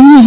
意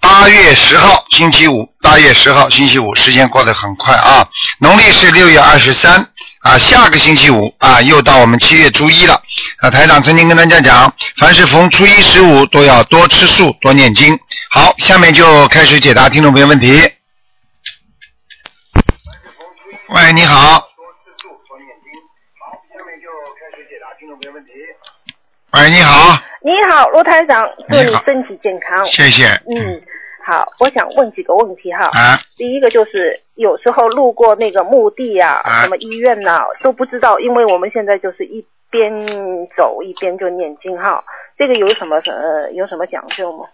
八月十号，星期五，八月十号星期五，时间过得很快啊，农历是六月二十三啊，下个星期五啊又到我们七月初一了。啊，台长曾经跟大家讲，凡是逢初一十五都要多吃素，多念经。好，下面就开始解答听众朋友问题。喂，你好。喂，你好，你好，罗台长，祝你你好身体健康。谢谢。嗯，好，我想问几个问题哈。啊，第一个就是有时候路过那个墓地啊，啊什么医院呐、都不知道，因为我们现在就是一边走一边就念经哈。这个有什么呃有什么讲究吗？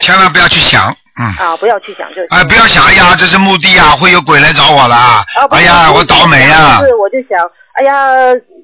千万不要去想，嗯。啊，不要去讲究。哎，不要想，哎呀，这是墓地啊，会有鬼来找我啦！啊，不哎是呀，不我是倒霉啊！是，我就想，哎呀，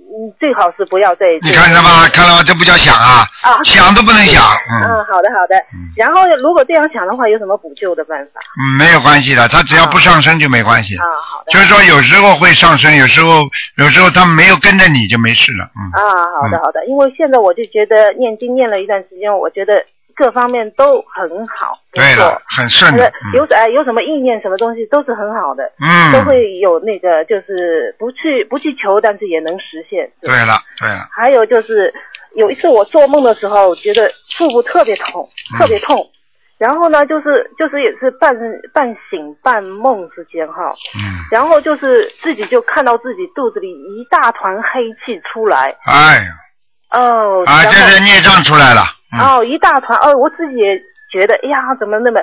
嗯最好是不要再。你看到吗？看到吗？这不叫想啊，啊，想都不能想，嗯，嗯，好的好的。然后如果这样想的话，有什么补救的办法？嗯没有关系的，他只要不上升就没关系。啊，好的。就是说，有时候会上升，有时候有时候他没有跟着你就没事了，嗯。啊，好的嗯好的，因为现在我就觉得念经念了一段时间，我觉得各方面都很好，不对了错，，很顺呃的，有嗯哎有什么意念什么东西都是很好的，都嗯，会有那个就是不去不去求，但是也能实现。是吧对了对了，还有就是有一次我做梦的时候，觉得腹部特别痛，嗯特别痛。然后呢，就是就是也是半半醒半梦之间哈，嗯，然后就是自己就看到自己肚子里一大团黑气出来，哎呀，哦，啊，然这后是孽障出来了，嗯，哦，一大团，哦，我自己也觉得，哎呀，怎么那么，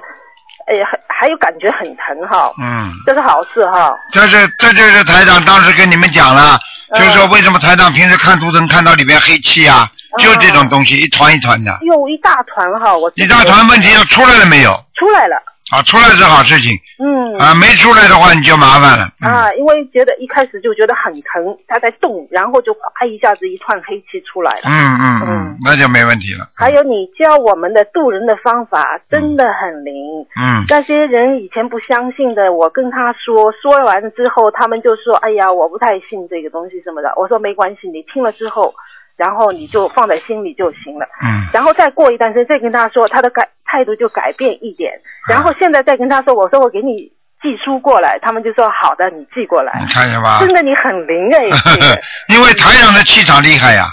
哎，还还有感觉很疼哈，嗯。这是好事哈，这是这就是台长当时跟你们讲了，嗯就是说为什么台长平时看图能看到里边黑气啊，嗯就这种东西一团一团的，又一大团哈，我自己一嗯大团问题就出来了没有？出来了，啊，出来是好事情嗯啊，没出来的话你就麻烦了。嗯，啊因为觉得一开始就觉得很疼，它在动，然后就哗一下子一串黑气出来了。嗯嗯嗯嗯，那就没问题了。还有你教我们的渡人的方法真的很灵，嗯，那些人以前不相信的，我跟他说，说完了之后，他们就说：“哎呀，我不太信这个东西什么的。”我说：“没关系，你听了之后，然后你就放在心里就行了。嗯然后再过一段时间再跟他说，他的改态度就改变一点。嗯然后现在再跟他说，我说我给你寄书过来，他们就说好的，你寄过你来。看见吧真？的，你很灵 哎，这个因为台长的气场厉害呀，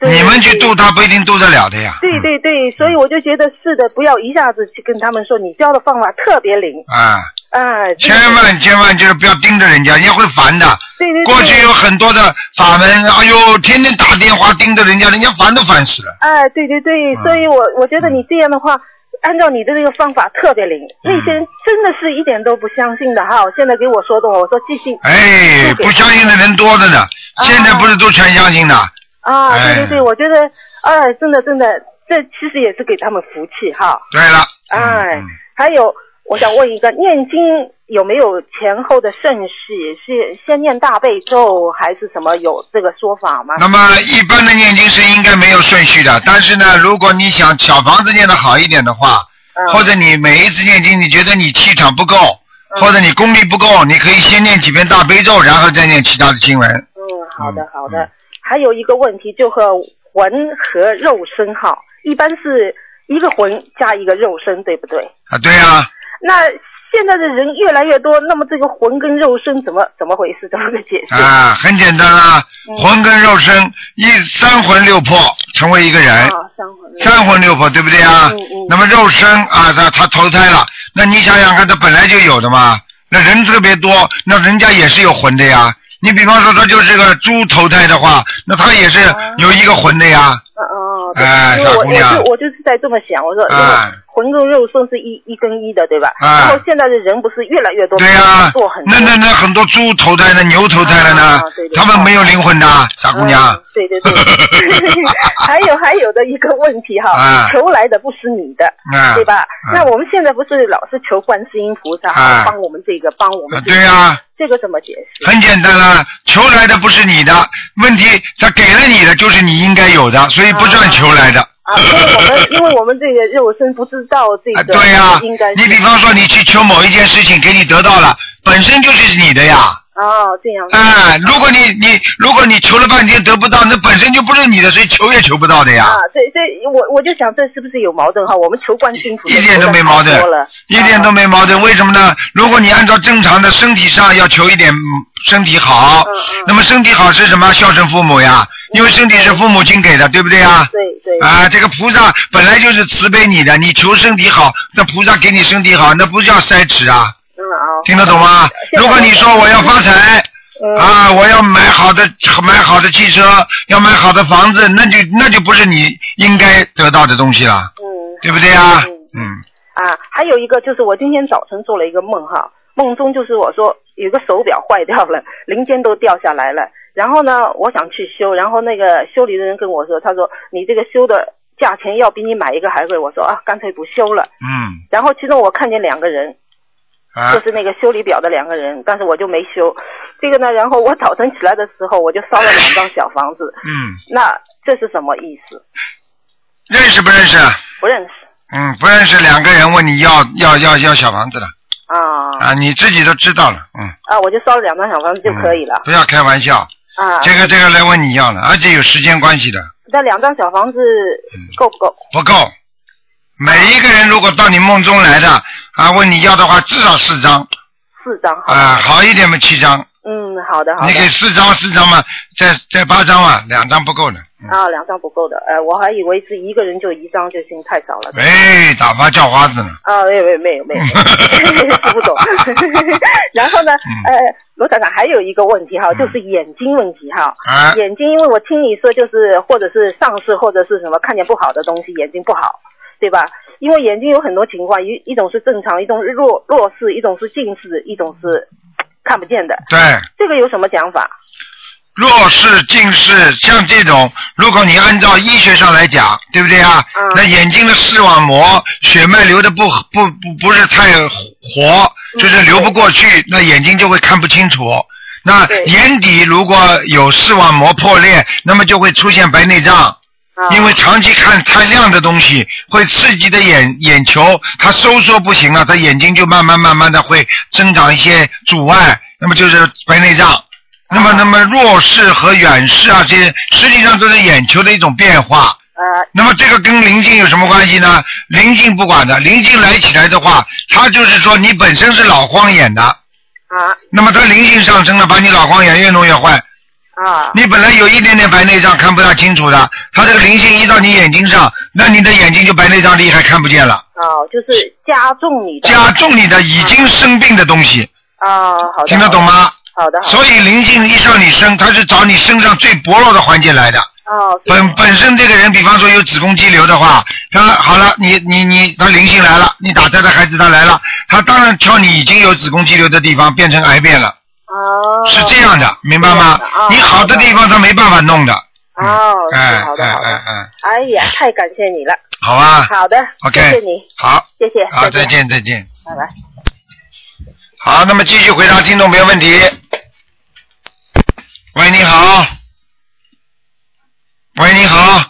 对你们去渡他不一定渡得了的 呀。对对对，所以我就觉得是的，不要一下子去跟他们说你教的方法特别灵嗯啊，啊，这个千万千万就是不要盯着人家，人家会烦的。对对对过去有很多的法门，哎呦，天天打电话盯着人家，人家烦都烦死了。哎，对对对，嗯嗯所以我我觉得你这样的话，按照你的这个方法特别灵。那些人真的是一点都不相信的哈，现在给我说动了，我说继续哎，不相信的人多着呢，啊现在不是都全相信的，啊，哎对对对，我觉得哎，真的真的，这其实也是给他们福气哈。对了，哎，嗯还有我想问一个，念经有没有前后的顺序？是先念大悲咒还是什么？有这个说法吗？那么一般的念经是应该没有顺序嗯的，但是呢，如果你想小房子念的好一点的话，嗯或者你每一次念经你觉得你气场不够，嗯或者你功力不够，你可以先念几遍大悲咒，然后再念其他的经文。嗯，好嗯的好嗯的。还有一个问题就是魂和肉身哈，一般是一个魂加一个肉身，对不对？啊，对呀、那现在的人越来越多，那么这个魂跟肉身怎么怎么回事？怎么个解释？啊，很简单啊，嗯魂跟肉身一三魂六魄成为一个人，啊，三魂。三魂六魄对不对啊？嗯嗯那么肉身啊，他他投胎了，那你想想看，他本来就有的嘛，那人特别多，那人家也是有魂的呀。你比方说他就是个猪投胎的话，那他也是有一个魂的呀。嗯嗯。哎哦对因为傻我姑我娘就我就是在这么想，我说，哎魂跟肉算是一一跟一的，对吧？啊然后现在的人不是越来越多，对呀、做很多那那那很多猪投胎了，牛投胎了呢啊对，对他们没有灵魂的，傻姑娘嗯。对对对， 还有还有的一个问题哈，啊求来的不是你的，啊，对吧？嗯那我们现在不是老是求观世音菩萨、啊帮我们这个帮我呃们、这个对呀、这个怎么解释？很简单啦，求来的不是你的，问题他给了你的就是你应该有的，所以不算求来的。啊，因为我们因为我们这个肉身不知道这个、啊，对呀、应该是你比方说你去求某一件事情，给你得到了，本身就是你的呀。哦这样子哎、如果你你如果你求了半天得不到，那本身就不是你的，所以求也求不到的呀，啊，对对，我我就想这是不是有矛盾哈？我们求观世音菩萨一点都没矛盾求得太多了，啊一点都没没矛盾。为什么呢？如果你按照正常的身体上要求一点嗯身体好，嗯嗯那么身体好是什么？孝顺父母呀，因为身体是父母亲给的，对不对呀？对嗯对啊，这个菩萨本来就是慈悲你的，你求身体好，那菩萨给你身体好，那不叫塞吃啊，嗯啊，听得懂吗？现在如果你说我要发财，嗯啊，我要买好的买好的汽车，要买好的房子，那就那就不是你应该得到的东西了，嗯对不对呀嗯？嗯，啊，还有一个就是我今天早晨做了一个梦哈，梦中就是我说有个手表坏掉了，零件都掉下来了，然后呢，我想去修，然后那个修理的人跟我说，他说你这个修的价钱要比你买一个还贵，我说啊，干脆不修了。嗯然后其中我看见两个人，啊就，是那个修理表的两个人，但是我就没修。这个呢，然后我早晨起来的时候，我就烧了两幢小房子，嗯，那这是什么意思？认识不认识？不认识嗯，不认识。两个人问你要要要要小房子了啊啊，你自己都知道了，嗯，啊，我就烧了两幢小房子就可以了嗯、不要开玩笑，啊。嗯这个这个来问你要了，而且有时间关系的，那两张小房子嗯够不够？不够。每一个人如果到你梦中来的啊，问你要的话，至少四张四张哈。啊，好一点嘛七张，嗯，好的好你的。给四张四张嘛，再再八张嘛，两张不够的。嗯啊，两张不够的，呃，我还以为是一个人就一张就行，太少了。哎，打发叫花子呢，啊，没有没有没有没有， 听不懂。然后呢，嗯呃，罗厂长还有一个问题哈，就是眼睛问题哈。啊，眼睛，因为我听你说就是或者是上视或者是什么看见不好的东西，眼睛不好，对吧？因为眼睛有很多情况，一一种是正常，一种是弱弱视，一种是近视，一种是看不见的。对，这个有什么讲法？弱视、近视，像这种，如果你按照医学上来讲，对不对啊？嗯那眼睛的视网膜血脉流的不不不不是太活，嗯就是流不过去，那眼睛就会看不清楚。那对眼底如果有视网膜破裂，那么就会出现白内障，啊，因为长期看太亮的东西会刺激的眼眼球，它收缩不行啊了，它眼睛就慢慢慢慢的会增长一些阻碍，那么就是白内障。那么，那么弱视和远视啊，这些实际上都是眼球的一种变化。呃，那么这个跟灵性有什么关系呢？灵性不管的，灵性来起来的话，它就是说你本身是老光眼的，啊那么它灵性上升了，把你老光眼越弄越坏。啊你本来有一点点白内障，看不大清楚的，它这个灵性一到你眼睛上，那你的眼睛就白内障厉害，看不见了，哦，就是加重你的加重你的已经生病的东西，啊，好的，听得懂吗？好的？好的，好的。所以灵性一上你身，它是找你身上最薄弱的环节来的。哦，是本本身这个人，比方说有子宫肌瘤的话，他好了，你你你，他灵性来了，你打胎的孩子他来了，他当然挑你已经有子宫肌瘤的地方变成癌变了，哦，是这样的，明白吗这样的啊？你好的地方他没办法弄的，哦，是哎好的哎好哎的。哎，哎呀，太感谢你了。好吧，好的啊 OK 谢谢你，好，谢谢，好，再，见再见，拜拜。好，那么继续回答听众朋友问题。喂，你好，喂，你好。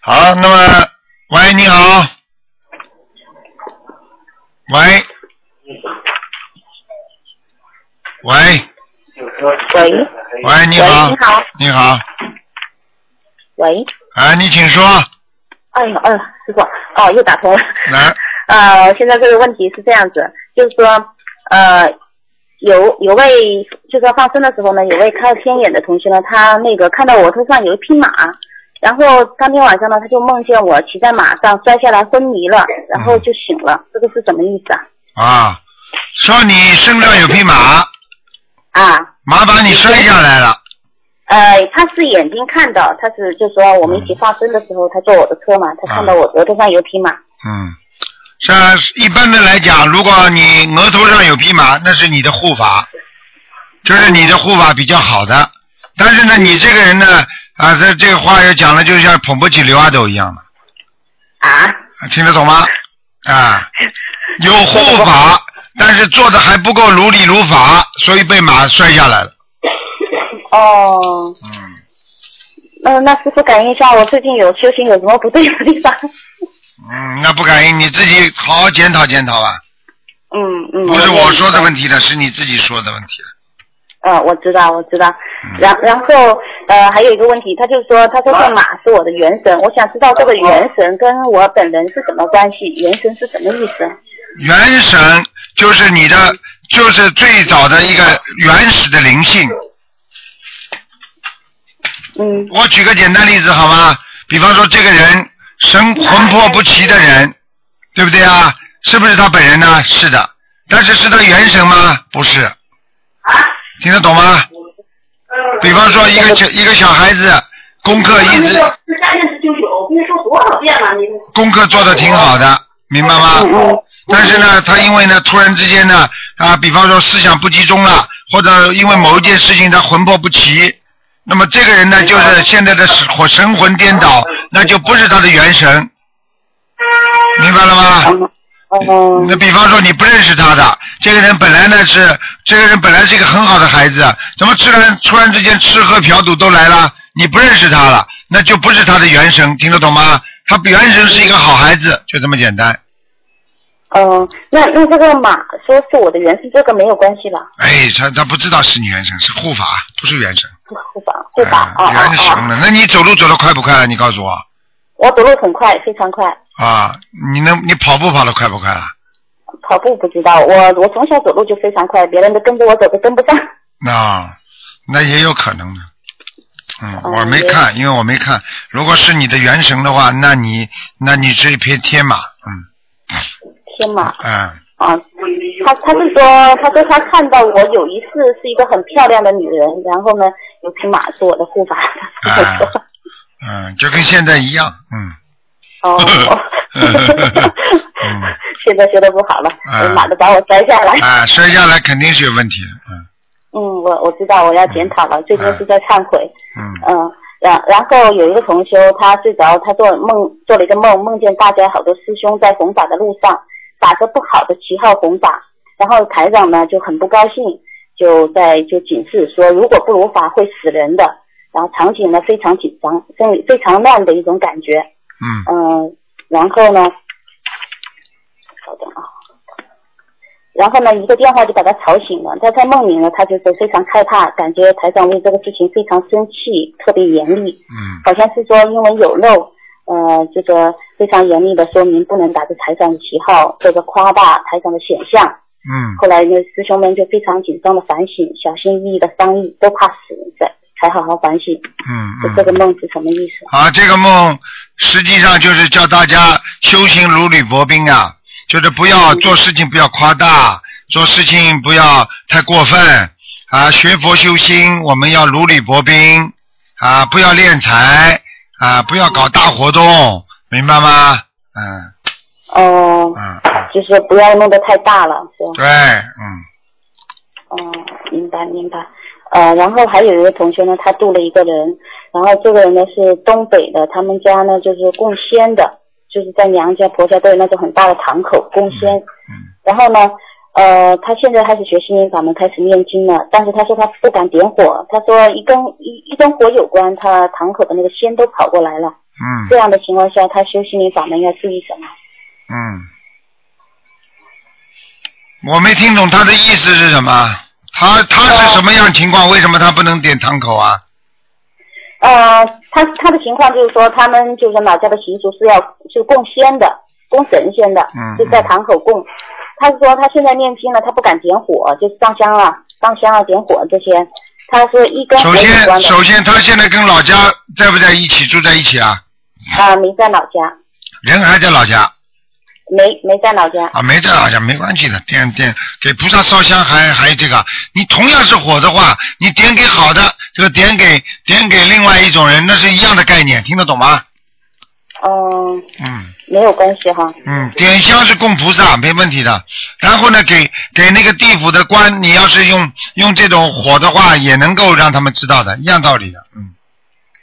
好，那么，喂，你好，喂，喂，嗯喂喂，你好，喂你好，你好，喂，哎，你请说，哎呦，哎呦，师傅，哦，又打通了。来，呃，现在这个问题是这样子，就是说，呃，有有位就是说放生的时候呢，有位开了天眼的同学呢，他那个看到我头上有一匹马，然后当天晚上呢，他就梦见我骑在马上摔下来昏迷了，然后就醒了，这个是什么意思啊？啊，说你身上有匹马，啊，马把你摔下来了，呃，他是眼睛看到，他是就说我们嗯一起放生的时候，他坐我的车嘛，他啊看到我额头上有匹马，嗯，像一般的来讲，如果你额头上有匹马，那是你的护法，就是你的护法比较好的。但是呢，你这个人呢，啊，这这个话要讲了，就像捧不起刘阿斗一样的，啊，听得懂吗？啊，有护法，但是做的还不够如理如法，所以被马摔下来了。 哦，嗯。嗯、那师傅感应一下，我最近有修行有什么不对的地方？ 嗯，那不感应，你自己好好检讨检讨吧。嗯嗯，不是我说的题。问题了，是你自己说的问题了。呃，我知道，我知道。嗯然然后呃，还有一个问题，他就说，他说这马是我的元神，我想知道这个元神跟我本人是什么关系？元神是什么意思？元神就是你的，就是最早的一个原始的灵性。嗯我举个简单例子好吗？比方说，这个人神魂魄不齐的人，对不对啊？是不是他本人呢？是的，但是是他元神吗？不是，听得懂吗？比方说，一嗯个小一个小孩子功课一直啊是三认识就有，跟你说多少遍了，你功课做的挺好的，明白吗？但是呢，他因为呢，突然之间呢，啊，比方说思想不集中了，或者因为某一件事情他魂魄不齐，那么这个人呢，就是现在的神魂神魂颠倒，那就不是他的元神，明白了吗？哦那比方说你不认识他的，这个人本来呢是，这个人本来是一个很好的孩子，怎么突然突然之间吃喝嫖赌都来了？你不认识他了，那就不是他的元神，听得懂吗？他元神是一个好孩子，就这么简单。哦，那那这个马说是我的元神，这个没有关系吧？ 哎，他他不知道是你元神，是护法，不是元神。护法护法哎哦元哦神哦，了，那你走路走得快不快了？你告诉我我走路很快，非常快，啊，你能你跑步跑得快不快啊了？跑步不知道，我我从小走路就非常快，别人都跟着我走都跟不上。那、啊那也有可能的。嗯，哦我没也看，因为我没看。如果是你的元神的话，那你那你是一匹天马，嗯天马嗯，啊，他他是说，他说他看到我有一次是一个很漂亮的女人，然后呢，有匹马是我的护法，他啊这么说。嗯，就跟现在一样，嗯， 哦， 嗯现在学的不好了，啊马都把我摔下来。啊，摔下来肯定是有问题的，嗯，我我知道我要检讨了，最近是在忏悔。嗯嗯，嗯，然然后有一个同修，他最早他做梦做了一个梦，梦见大家好多师兄在弘法的路上打着不好的旗号弘法，然后台长呢就很不高兴，就在就警示说，如果不如法会死人的。然后场景呢非常紧张，非非常乱的一种感觉。嗯嗯，然后呢，稍等啊，然后呢，一个电话就把他吵醒了。他在梦里呢，他就是非常害怕，感觉台长为这个事情非常生气，特别严厉，嗯好像是说因为有漏，呃，这个非常严厉的说明不能打着台长的旗号，这个夸大台长的显象。嗯后来呢，师兄们就非常紧张的反省，小心翼翼的商议，都怕死才才好好反省，嗯就嗯，这个梦是什么意思？啊，这个梦实际上就是叫大家修行如履薄冰啊，就是不要做事情不要夸大，做事情不要太过分啊。学佛修心，我们要如履薄冰啊，不要敛财啊，不要搞大活动，明白吗？嗯哦、嗯，就是不要弄得太大了，是吧？对，嗯哦，明白明白。呃，然后还有一个同学呢，他度了一个人，然后这个人呢是东北的，他们家呢就是供仙的，就是在娘家婆家都有那种很大的堂口供仙。嗯然后呢，呃，他现在开始学心灵法门，开始念经了，但是他说他不敢点火，他说一跟一一跟火有关，他堂口的那个仙都跑过来了。这嗯样的情况下，他修心灵法门要注意什么？嗯，我没听懂他的意思是什么。他他是什么样情况？为什么他不能点堂口啊？呃，他他的情况就是说，他们就是老家的习俗是要是供仙的，供神仙的，嗯就在堂口供。他是说他现在念经了，他不敢点火，就是上香啊、上香啊、点火这些。他说一跟火首有关先，的首先他现在跟老家在不在一起住在一起啊？啊、没在老家，人还在老家，没没在老家。啊，没在老家没关系的，点点给菩萨烧香还还这个，你同样是火的话，你点给好的，这个点给点给另外一种人，那是一样的概念，听得懂吗？嗯，嗯没有关系哈。嗯，点香是供菩萨没问题的，然后呢，给给那个地府的官，你要是用用这种火的话，也能够让他们知道的，一样道理的，嗯，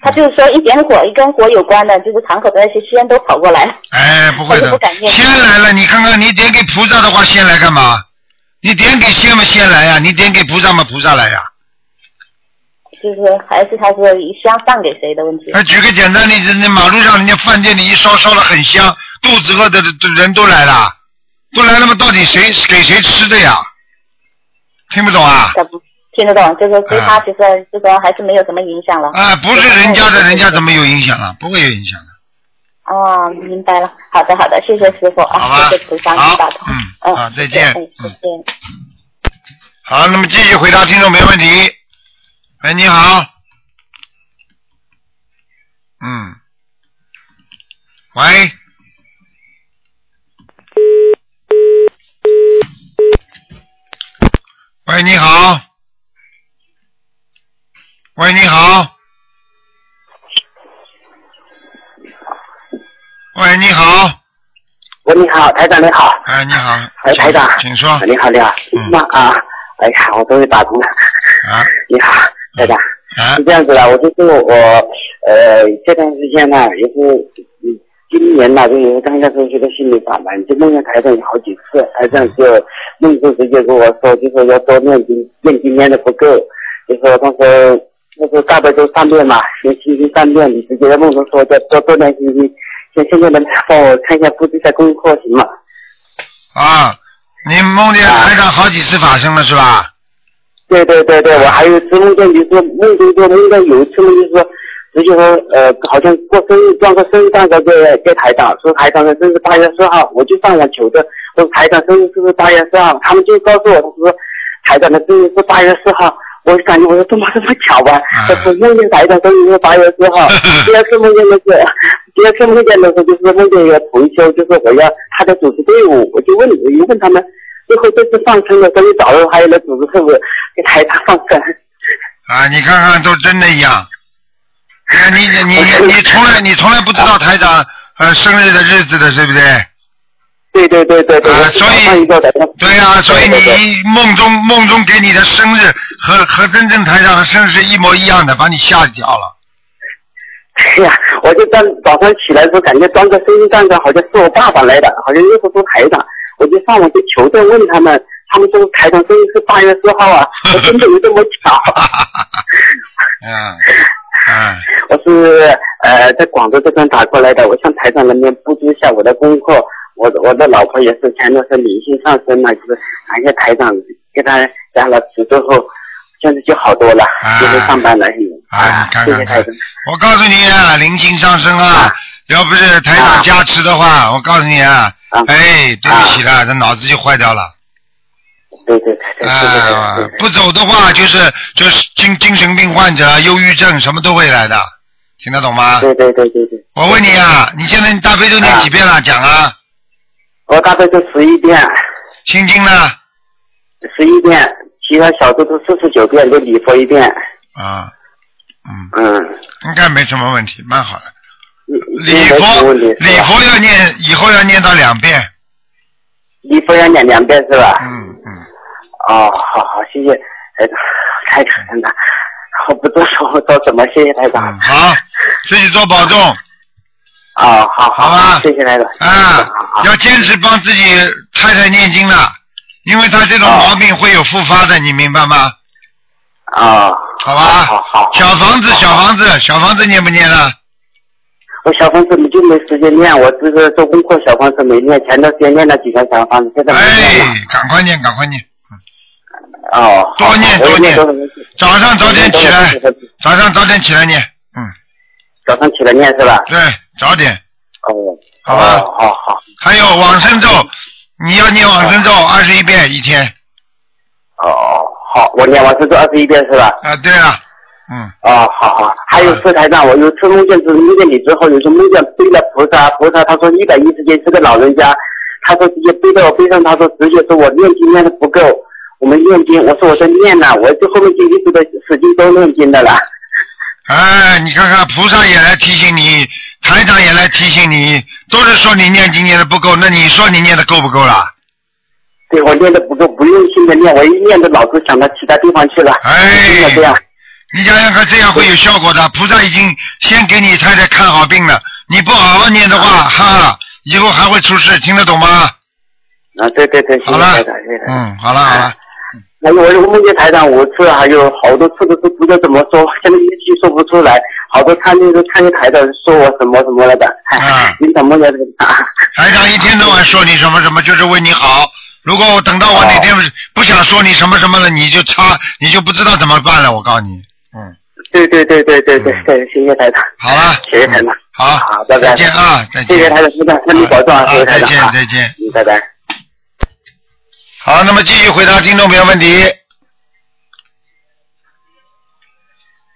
他就是说一点火，一跟火有关的，就是堂口的那些仙都跑过来了。哎，不会我就的不敢，念先来了，你看看你点给菩萨的话，先来干嘛？你点给仙嘛，先来呀、你点给菩萨嘛，菩萨来呀、就是还是他是一香放给谁的问题。哎，举个简单例子，那马路上人家饭店里一烧烧了很香，肚子饿的人都来了，都来了嘛，到底谁给谁吃的呀？听不懂啊？他不听得懂，就是对他啊其实就说还是没有什么影响了。啊，不是人家的，人家怎么有影响了？不会有影响的，哦，明白了。好的，好的，谢谢师傅好吧啊，谢谢菩？萨好明白了，嗯，好，再见哎，再嗯，见。好，那么继续回答听众没问题。喂，你好，嗯，喂，喂，你好，喂，你好，喂，你好，喂，你好，台长你好，哎，你好，哎，请台长，请说你好，你好，嗯那啊，哎呀，我终于打通了，啊你好，台长，啊是这样子的，我就是我，呃，这段时间呢、也是，嗯，今年呢、就是刚开始这个心理法门，就梦见台长有好几次，台长就梦中直接跟我说，就说要多念经，念经念的不够，就说当时那时候大悲咒三遍嘛，学心经三遍，你直接在梦中说叫多多念心经，现现在能帮我看一下布置一下功课行吗？啊，你梦见台长好几次发生了是吧？对对对对，我还有一次梦见，就是说梦中做梦见有一次梦就是说，直接说呃，好像过生日装个生日蛋糕给给台长，说台长的生日八月四号，我就上网求的，我说台长生日是不是八月四号？他们就告诉我，他说台长的生日是八月四号。我就感觉我说怎么这么巧啊啊！我说梦见台长生日是八月四号，第二次梦见的是，第二次梦见的时候就是梦见有同修，就是我要他的组织队伍，我就问我就问他们，最后这次放生的生意早了，还有来组织队伍给台长放生。啊，你看看都真的一样。你看你你你你从来你从来不知道台长呃生日的日子的，对不对？对对对对对，啊我只所以放一个台长对呀、所以对对对你梦中梦中给你的生日和和真正台长的生日是一模一样的，把你吓一跳了。哎 呀，我就当早上起来的时候，感觉装个生意蛋糕，好像是我爸爸来的，好像又是说台长，我就上网去求证问他们，他们说台长生日是八月四号啊，我真的有这么巧？ 嗯嗯，我是呃在广州这边打过来的，我向台长那边布置一下我的功课。我我的老婆也是前段时间灵性上升嘛，就是感谢台长给她加了持之后，现在就好多了，啊就是上班了。哎啊，你看谢看看谢台长。，我告诉你啊，灵性上升啊啊，要不是台长啊加持的话，我告诉你啊啊，哎，对不起了，这脑子就坏掉 了。对对对对，谢谢台啊长。谢谢，不走的话，就是就是精精神病患者、啊忧郁症什么都会来的，听得懂吗？对对对对对，啊我问你啊，你现在你大悲咒念几遍了？讲啊，我大概就十一遍，心经呢？十一遍，其他小咒都四十九遍，就礼佛一遍。啊，嗯，嗯，应该没什么问题，蛮好的。礼礼佛礼佛要念，以后要念到两遍。礼佛要两两遍是吧？嗯嗯，哦，好好，谢哎谢台长，台长真的，我不多说，我说怎么谢谢台长嗯，好，自己多保重啊、好好好吧谢谢台长啊好好，要坚持帮自己太太念经了，因为她这种毛病会有复发的，你明白吗？啊，好吧好好，好小房子，好小房子，小房子念不念啊了？我小房子就没时间念，我只是做功课，小房子没念，前段时间念了几条小房子，现在没念了哎，赶快念，赶快念！哦，好多念好我多念多少遍早上早点起来，早上早点起来念，嗯，早上起来念是吧？对，早点。哦，好吧哦好好还有往生咒，你要念往生咒二十一遍一天哦，好，我念完是做二十一遍是吧？啊。对了，嗯，哦，好好，还有四台长，我有次梦见是梦见你之后，有时候梦见背了菩萨，菩萨他说一百一十斤是个老人家，他说直接背到我背上，他说直接说我念经念的不够，我们念经，我说我在念呢，我这后面就一直在使劲都念经的了。哎，你看看菩萨也来提醒你，台长也来提醒你，都是说你念经念的不够，那你说你念的够不够啦？对我念的不够，不用心的念，我一念的脑子想到其他地方去了，哎就这样。你想想看，这样会有效果的。菩萨已经先给你太太看好病了，你不好好念的话，哈哈，以后还会出事，听得懂吗？啊，对对对，谢谢好了台长，谢谢台长。嗯，好了好了，还有我梦见台长五次，还有好多次都是不知道怎么说，现在一句说不出来。好多餐厅都看见台长说我什么什么来的， 啊你怎么也啊？台长一天到晚说你什么什么，就是为你好。如果我等到我哪天哦不想说你什么什么了，你就差，你就不知道怎么办了。我告诉你，嗯，对对对对对对对，谢谢台长，好了，嗯谢谢台长，好，好拜拜再见啊，再见，谢谢台长，台长，身体保重啊，谢谢啊，再台长，见啊再见。嗯，拜拜。好，那么继续回答听众朋友问题。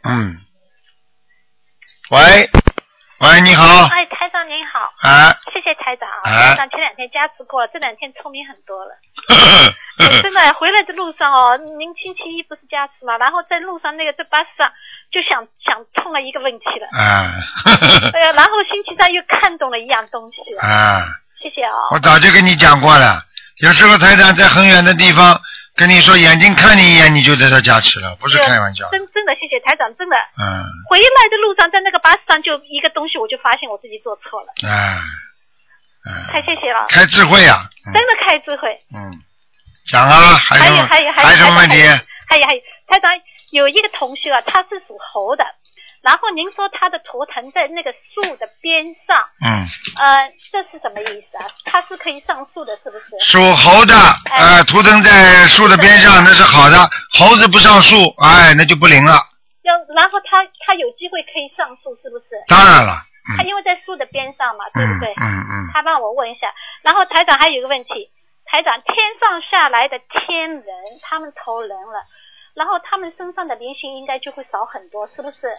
嗯， 喂，喂，你好，哎，台长您好，啊，谢谢台长啊！哎。台长前两天加持过了，这两天聪明很多了。真的，回来的路上哦，您星期一不是加持嘛，然后在路上那个在巴士上就想想通了一个问题了啊， 哎呀，然后星期三又看懂了一样东西了。啊，谢谢哦。我早就跟你讲过了，有时候台长在很远的地方跟你说，眼睛看你一眼，你就得到加持了，不是开玩笑的。真真的谢谢台长，真的嗯，回来的路上在那个巴士上就一个东西，我就发现我自己做错了，哎，太谢谢了，嗯开智慧呀、啊，真的开智慧。嗯嗯，讲啊，还还有有还有还有什么问题？还有还有，哎台长有一个同学啊，他是属猴的，然后您说他的图腾在那个树的边上，嗯。呃，这是什么意思啊？他是可以上树的，是不是？属猴的，哎呃，图腾在树的边上，那是好的。猴子不上树，哎，那就不灵了。要然后他他有机会可以上树，是不是？当然了，他因为在树的边上嘛，对嗯不对？嗯嗯，他帮我问一下，然后台长还有一个问题，台长天上下来的天人，他们投人了，然后他们身上的灵性应该就会少很多，是不是？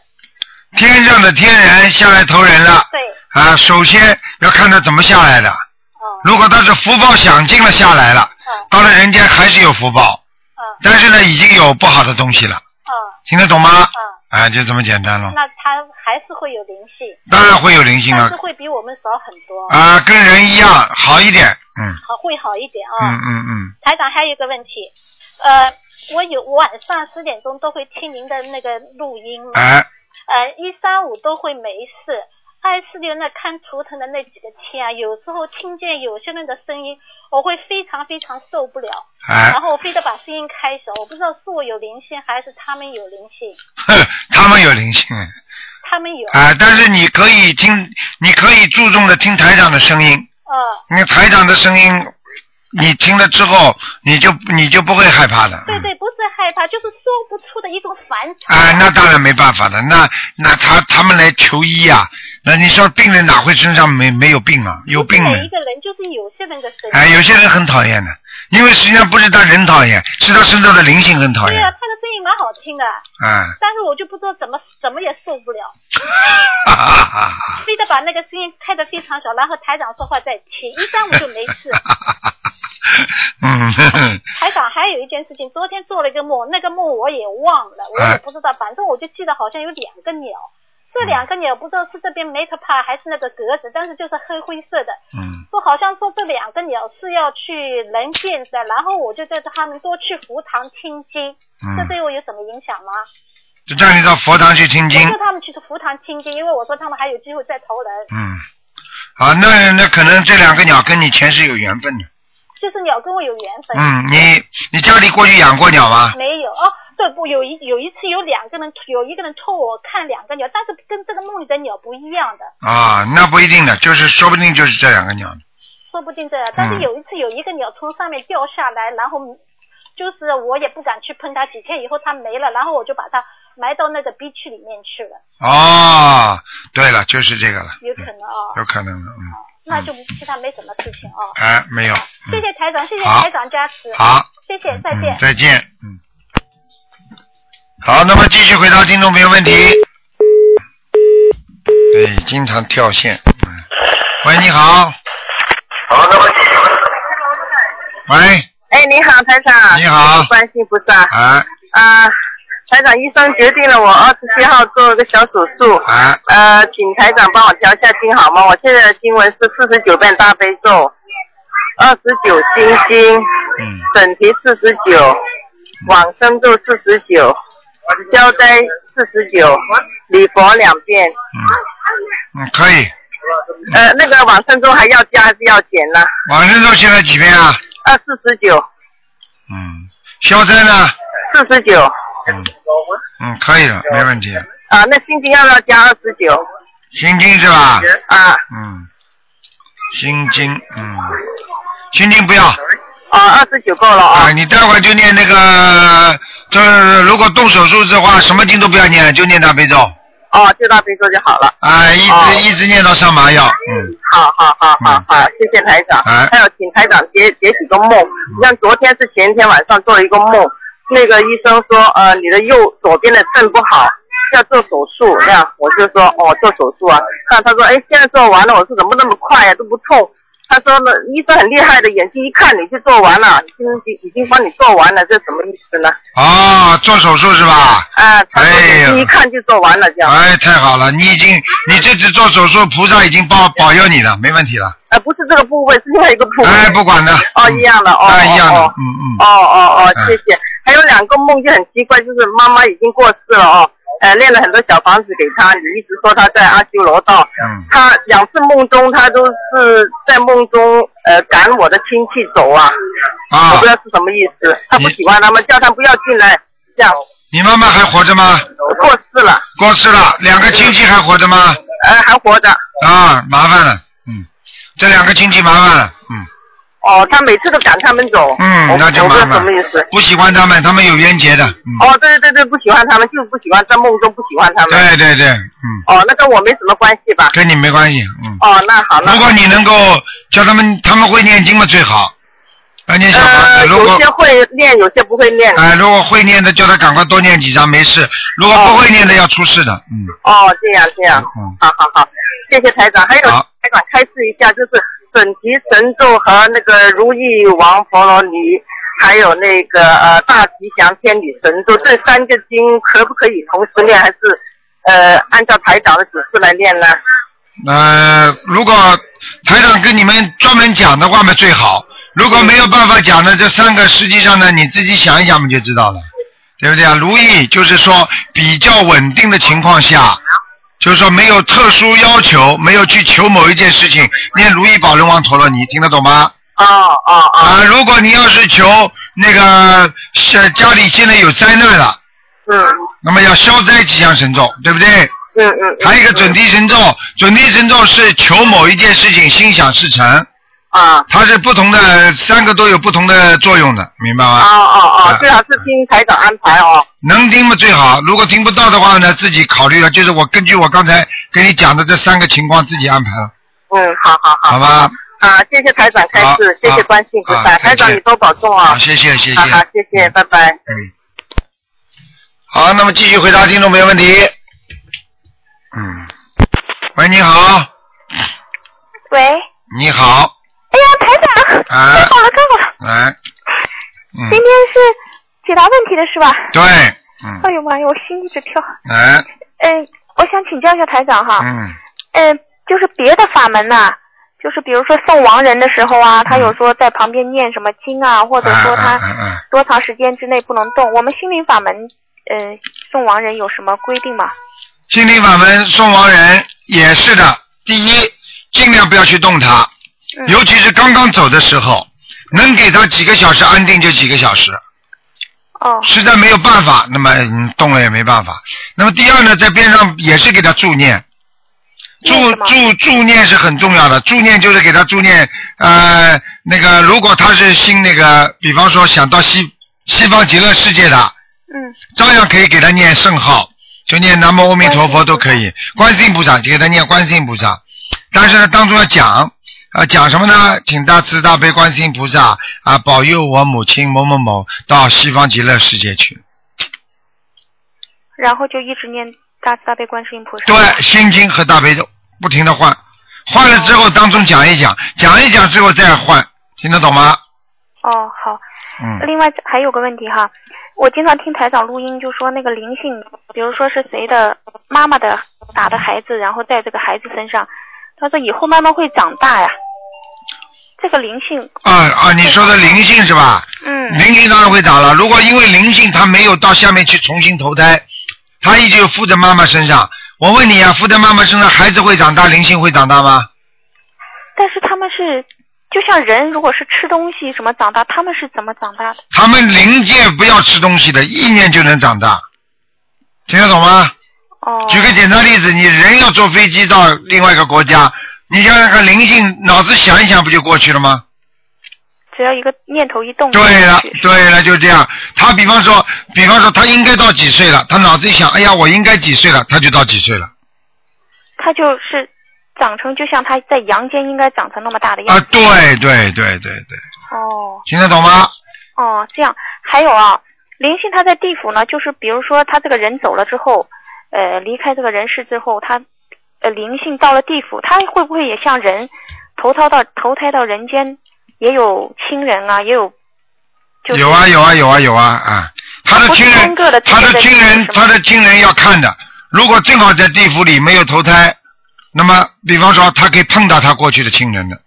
天上的天人下来投人了对，啊。首先要看他怎么下来的，哦、如果他是福报享尽了下来了，哦到了人间还是有福报，哦但是呢，已经有不好的东西了，哦。听得懂吗？啊，哎，就这么简单了。那它还是会有灵性，当然会有灵性但了是会比我们少很多，啊，跟人一样好一点，嗯好会好一点嗯啊。嗯嗯，台长还有一个问题，呃，我有我晚上十点钟都会听您的那个录音嘛，哎，呃，一三五都会没事。二四六那看图腾的那几个天啊，有时候听见有些人的声音，我会非常非常受不了，哎然，后我非得把声音开小。我不知道是我有灵性还是他们有灵性，哼，他们有灵性。他们有，啊，但是你可以听，你可以注重的听台长的声音，呃，因为台长的声音，你听了之后，你就你就不会害怕的。对嗯对，不是害怕，就是说不出的一种烦愁。啊，那当然没办法的，那那他他们来求医啊，那你说病人哪会身上没没有病啊？有病不是的每一。个人就是有些人的身体。哎，有些人很讨厌的，因为实际上不是他人讨厌，是他身上的灵性很讨对厌啊，。他的声音蛮好听的，啊，但是我就不知道怎么怎么也受不了，哈哈哈哈非得把那个声音开得非常小，然后台长说话再听，一三五就没 事。嗯呵呵，台长还有一件事情，昨天做了一个梦，那个梦我也忘了，我哎也不知道，反正我就记得好像有两个鸟，这两个鸟不知道是这边 make p 还是那个格子，但是就是黑灰色的，嗯，说好像说这两个鸟是要去人间的，然后我就带着他们多去佛堂听经，嗯这对我有什么影响吗？就叫你到佛堂去听经。我说他们去佛堂听经，因为我说他们还有机会再投人，嗯，啊，那那可能这两个鸟跟你前世有缘分的。就是鸟跟我有缘分。嗯，你你家里过去养过鸟吗？没有哦，对不？有一有一次有两个人，有一个人托我看两个鸟，但是跟这个梦里的鸟不一样的，啊，那不一定的，就是说不定就是这两个鸟。说不定这样。但是嗯有一次有一个鸟从上面掉下来，然后就是我也不敢去碰它，几天以后它没了，然后我就把它埋到那个逼区里面去了，哦，对了，就是这个了，有可能啊、哦。有可能的，嗯，那就其他没什么事情啊、哎，没有，谢谢台长，谢谢好台长加持。啊好，谢谢，再见嗯，。再见，嗯。好，那么继续回答听众朋友问题。哎对，经常跳线。嗯喂，你好。好，那么喂，哎，你好，台长。你好观世音菩萨。啊啊，台长，医生决定了我二十七号做个小手术。啊，呃，请台长帮我调一下经好吗？我现在的经文是四十九遍大悲咒，二十九心经，嗯，准提四十九，往生咒四十九，消灾四十九，礼佛两遍。嗯，可以。呃，那个往生咒还要加还是要减呢？往生咒现在几遍啊？二四十九，嗯，消灾呢？四十九嗯，嗯，可以了，没问题。啊，那心经要不要加二十九？心经是吧？啊，嗯，心经，嗯，心经不要哦，二十九够了啊，啊。你待会儿就念那个，就是如果动手术的话，什么经都不要念，就念大悲咒哦，就到这做就好了。啊，一直、哦一直念到上麻药，嗯，好好好好好，谢谢台长。哎嗯还有请台长解解几个梦，你像昨天是前天晚上做了一个梦，那个医生说呃你的右左边的肾不好，要做手术，那样我就说哦做手术啊，那他说哎现在做完了，我说怎么那么快啊都不痛。他说呢，医生很厉害的，眼睛一看你就做完了，已经已经帮你做完了，这什么意思呢？哦，做手术是吧？啊，他说哎眼呦睛一看就做完了，这样。哎，太好了，你已经，你这次做手术，菩萨已经保保佑你了，没问题了。呃，不是这个部位，是另外一个部位。哎，不管的。哦，嗯一样的哦，哎，一样的，哦嗯嗯。哦哦哦嗯，谢谢。还有两个梦就很奇怪，就是妈妈已经过世了哦，呃，练了很多小房子给她，你一直说她在阿修罗道。嗯，她两次梦中，她都是在梦中呃赶我的亲戚走啊，我啊不知，道是什么意思。她不你喜欢他们，叫他们不要进来，这样你妈妈还活着吗？过世了，过世了，两个亲戚还活着吗？呃，还活着。啊，麻烦了，嗯，这两个亲戚麻烦了，嗯，哦，她每次都赶他们走。嗯我那就哦我不知道麻烦什么意思。不喜欢他们，他们有冤结的，嗯，哦，对对对对，不喜欢他们，就是不喜欢，在梦中不喜欢他们。对对对，嗯，哦，那跟我没什么关系吧？跟你没关系，嗯，哦，那好，那好如果你能够叫他们，他们会念经嘛最好，要念小房呃，子，如有果些会念，有些不会念。哎、如果会念的，叫他赶快多念几张，没事；如果不会念的，要出事的，嗯，哦，这样这样，嗯好好好，谢谢台长。还有好台长开示一下，就是准提神咒和那个如意王佛罗尼，还有那个呃大吉祥天女神咒，这三个经可不可以同时念，还是呃按照台长的指示来念呢？呃，如果台长跟你们专门讲的话嘛最好，如果没有办法讲的这三个，实际上呢你自己想一想嘛就知道了，对不对啊？如意就是说比较稳定的情况下，就是说没有特殊要求，没有去求某一件事情，念如意宝轮王陀罗尼，听得懂吗？哦哦哦，啊，如果你要是求那个是家里现在有灾难了，嗯那么要消灾吉祥神咒，对不对？嗯嗯，还有一个准提神咒，准提神咒是求某一件事情心想事成，啊。它是不同的，三个都有不同的作用的，明白哦吗？哦啊哦，最好是听台长安排哦。能听嘛最好，如果听不到的话呢，自己考虑了，就是我根据我刚才跟你讲的这三个情况自己安排了，嗯，好好好。好吧？啊，谢谢台长开示，谢谢关心菩啊萨，台再长见你多保重啊好，。谢谢谢谢，好好，谢谢，拜拜。嗯。好，那么继续回答听众朋友问题。嗯，喂，你好，喂，哎你好，呀，台长，啊太好了，太好了，来，嗯今，天是解答问题的是吧？对，嗯，哎呦妈呀，我心一直跳。来，嗯，我想请教一下台长哈，嗯。嗯，就是别的法门呐、就是比如说送亡人的时候啊，他有说在旁边念什么经啊，或者说他嗯嗯嗯嗯多长时间之内不能动。我们心灵法门，嗯，送亡人有什么规定吗？心灵法门送亡人也是的，第一，尽量不要去动他，嗯尤其是刚刚走的时候，能给他几个小时安定就几个小时，哦，实在没有办法，那么、嗯、动了也没办法。那么第二呢，在边上也是给他助念。助念什么助助念是很重要的，助念就是给他助念，呃，那个如果他是信那个，比方说想到西西方极乐世界的，嗯，照样可以给他念圣号，就念南无阿弥陀佛都可以，观世音菩萨就给他念观世音菩萨，但是呢，当中要讲。啊，讲什么呢？请大慈大悲观世音菩萨啊，保佑我母亲某某某到西方极乐世界去。然后就一直念大慈大悲观世音菩萨。对，心经和大悲咒不停的换，换了之后当中讲一讲，讲一讲之后再换，听得懂吗？哦，好。嗯另外还有个问题哈，我经常听台长录音，就说那个灵性，比如说是谁的妈妈的打的孩子，然后在这个孩子身上，他说以后慢慢会长大呀。这个灵性，啊啊，你说的灵性是吧？嗯，灵性当然会长了。如果因为灵性它没有到下面去重新投胎，它一直附在妈妈身上。我问你啊，附在妈妈身上，孩子会长大，灵性会长大吗？但是他们是就像人，如果是吃东西什么长大，他们是怎么长大的？他们灵界不要吃东西的，意念就能长大，听得懂吗？哦。举个简单例子，你人要坐飞机到另外一个国家，你想想看，灵性脑子想一想，不就过去了吗？只要一个念头一动，对了，对了，就这样。他比方说，比方说，他应该到几岁了？他脑子一想，哎呀，我应该几岁了，他就到几岁了。他就是长成，就像他在阳间应该长成那么大的样啊子。，对对对对对，哦听得懂吗？哦，这样还有啊，灵性他在地府呢，就是比如说他这个人走了之后，呃，离开这个人世之后，他呃灵性到了地府，他会不会也像人投胎到投胎到人间，也有亲人啊，也有就是有啊有啊有啊有啊啊！他的不是亲人单个的，他直的接在亲地府人是，吗他的亲人要看的。如果正好在地府里没有投胎，那么比方说他可以碰到他过去的亲人的。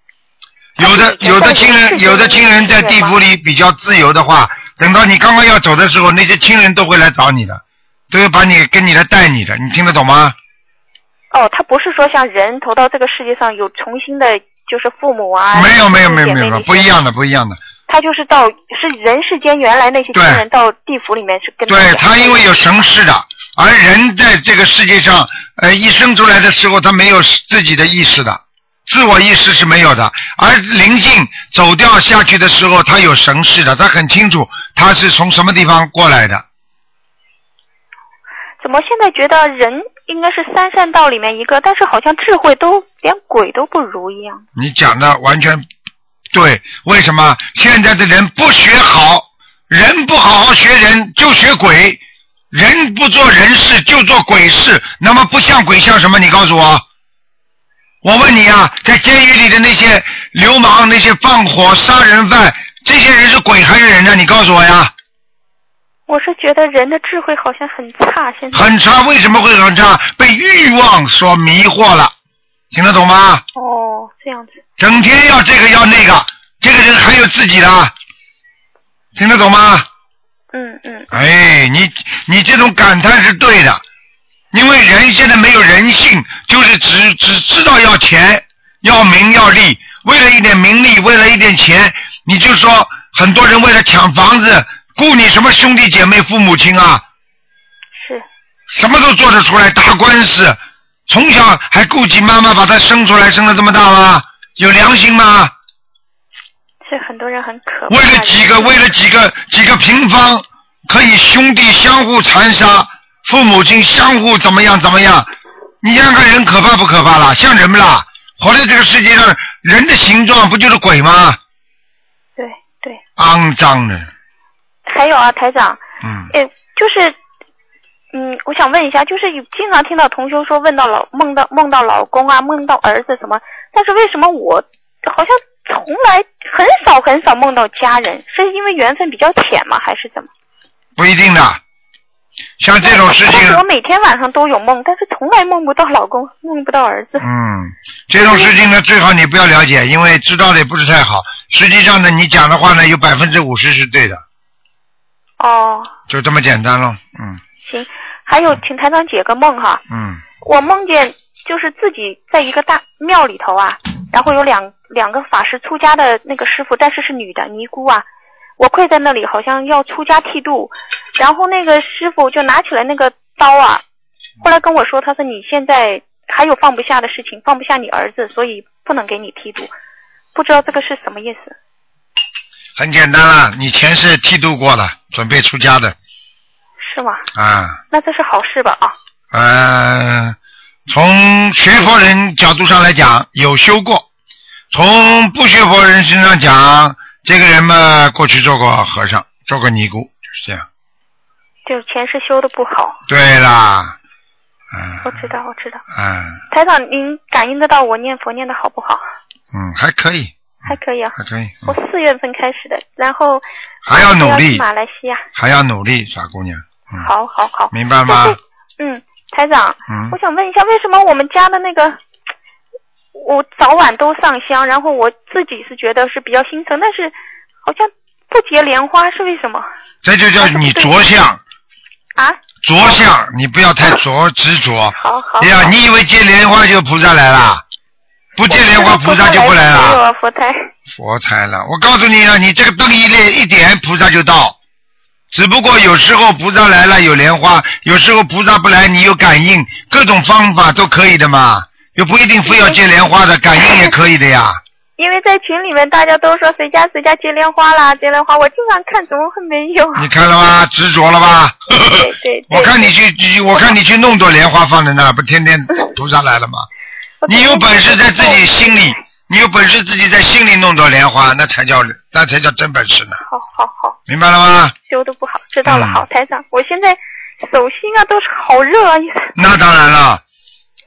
有的他是以有的亲人，前在人世间有的有亲人在地府里比较自由的话，等到你刚刚要走的时候，那些亲人都会来找你的，都会把你跟你来带你的，你听得懂吗？哦，他不是说像人投到这个世界上有重新的，就是父母啊，没有没有兄没弟有姐妹没有，这些不一样的不一样的。他就是到是人世间原来那些亲对人到地府里面是跟对着他，因为有神识的，而人在这个世界上，呃，一生出来的时候，他没有自己的意识的，自我意识是没有的。而灵性走掉下去的时候，他有神识的，他很清楚他是从什么地方过来的。怎么现在觉得人应该是三善道里面一个，但是好像智慧都连鬼都不如一样。你讲的完全对，为什么现在的人不学好，人不好好学人就学鬼，人不做人事就做鬼事，那么不像鬼像什么？你告诉我。我问你啊，在监狱里的那些流氓、那些放火杀人犯，这些人是鬼还是人呢？你告诉我呀。我是觉得人的智慧好像很差，现在很差，为什么会很差？被欲望所迷惑了，听得懂吗？哦这样子。整天要这个要那个，这个人还有自己的，听得懂吗？嗯嗯，哎，你你这种感叹是对的，因为人现在没有人性，就是只只知道要钱、要名、要利，为了一点名利，为了一点钱，你就说很多人为了抢房子，雇你什么兄弟姐妹、父母亲啊，是什么都做得出来，打官司，从小还顾及妈妈把他生出来，生了这么大吗？有良心吗？是很多人很可怕。为了几个，为了几个几个平方，可以兄弟相互残杀，父母亲相互怎么样怎么样？你想想看，人可怕不可怕啦？像人不啦？活在这个世界上，人的形状不就是鬼吗？对对，肮脏的，还有啊，台长，嗯，哎，就是，嗯，我想问一下，就是有经常听到同修说问到老梦到梦到老公啊，梦到儿子什么，但是为什么我好像从来很少很少梦到家人？是因为缘分比较浅吗？还是怎么？不一定的。像这种事但是情我，每天晚上都有梦，但是从来梦不到老公，梦不到儿子。嗯，这种事情呢，最好你不要了解，因为知道的也不是太好。实际上呢，你讲的话呢，有百分之五十是对的，哦，就这么简单咯。嗯行，还有，请台长解个梦哈。嗯我梦见就是自己在一个大庙里头啊，然后有两两个法师出家的那个师傅，但是是女的尼姑啊，我跪在那里好像要出家剃度，然后那个师傅就拿起来那个刀啊，后来跟我说，他说你现在还有放不下的事情，放不下你儿子，所以不能给你剃度，不知道这个是什么意思。很简单啦，你前世剃度过了，准备出家的是吗？啊。那这是好事吧？啊，呃，从学佛人角度上来讲，有修过；从不学佛人身上讲，这个人嘛，过去做过和尚，做过尼姑，就是这样。就是前世修的不好，对啦，嗯、我知道，我知道。嗯、台长，您感应得到我念佛念的好不好？嗯，还可以，还可以啊。还可以，我四月份开始的，然后还要努力我去马来西亚。还要努力，傻姑娘，嗯，好好好，明白吗但是？嗯，台长，嗯我想问一下，为什么我们家的那个，我早晚都上香，然后我自己是觉得是比较心疼，但是好像不结莲花是为什么？这就叫你着相。啊？着相，你不要太着执着。好好哎呀，你以为接莲花就菩萨来了？不接莲花，菩萨就不来没有了。啊，佛台。佛台了，我告诉你啊，你这个灯一亮一点，菩萨就到。只不过有时候菩萨来了有莲花，有时候菩萨不来你有感应，各种方法都可以的嘛，又不一定非要接莲花的，感应也可以的呀。因为在群里面大家都说谁家谁家结莲花啦，结莲花，我经常看怎么会没有？啊你看了吗？执着了吧？对对， 我看 你去，你我看你去弄朵莲花放在那儿，不天天菩萨来了吗？你有本事在自己心里，你有本事自己在心里弄朵莲花，那才叫那才叫真本事呢。好好好，嗯明白了吗？修的不好，知道了。嗯好，台长，我现在手心啊都是好热啊，那当然了，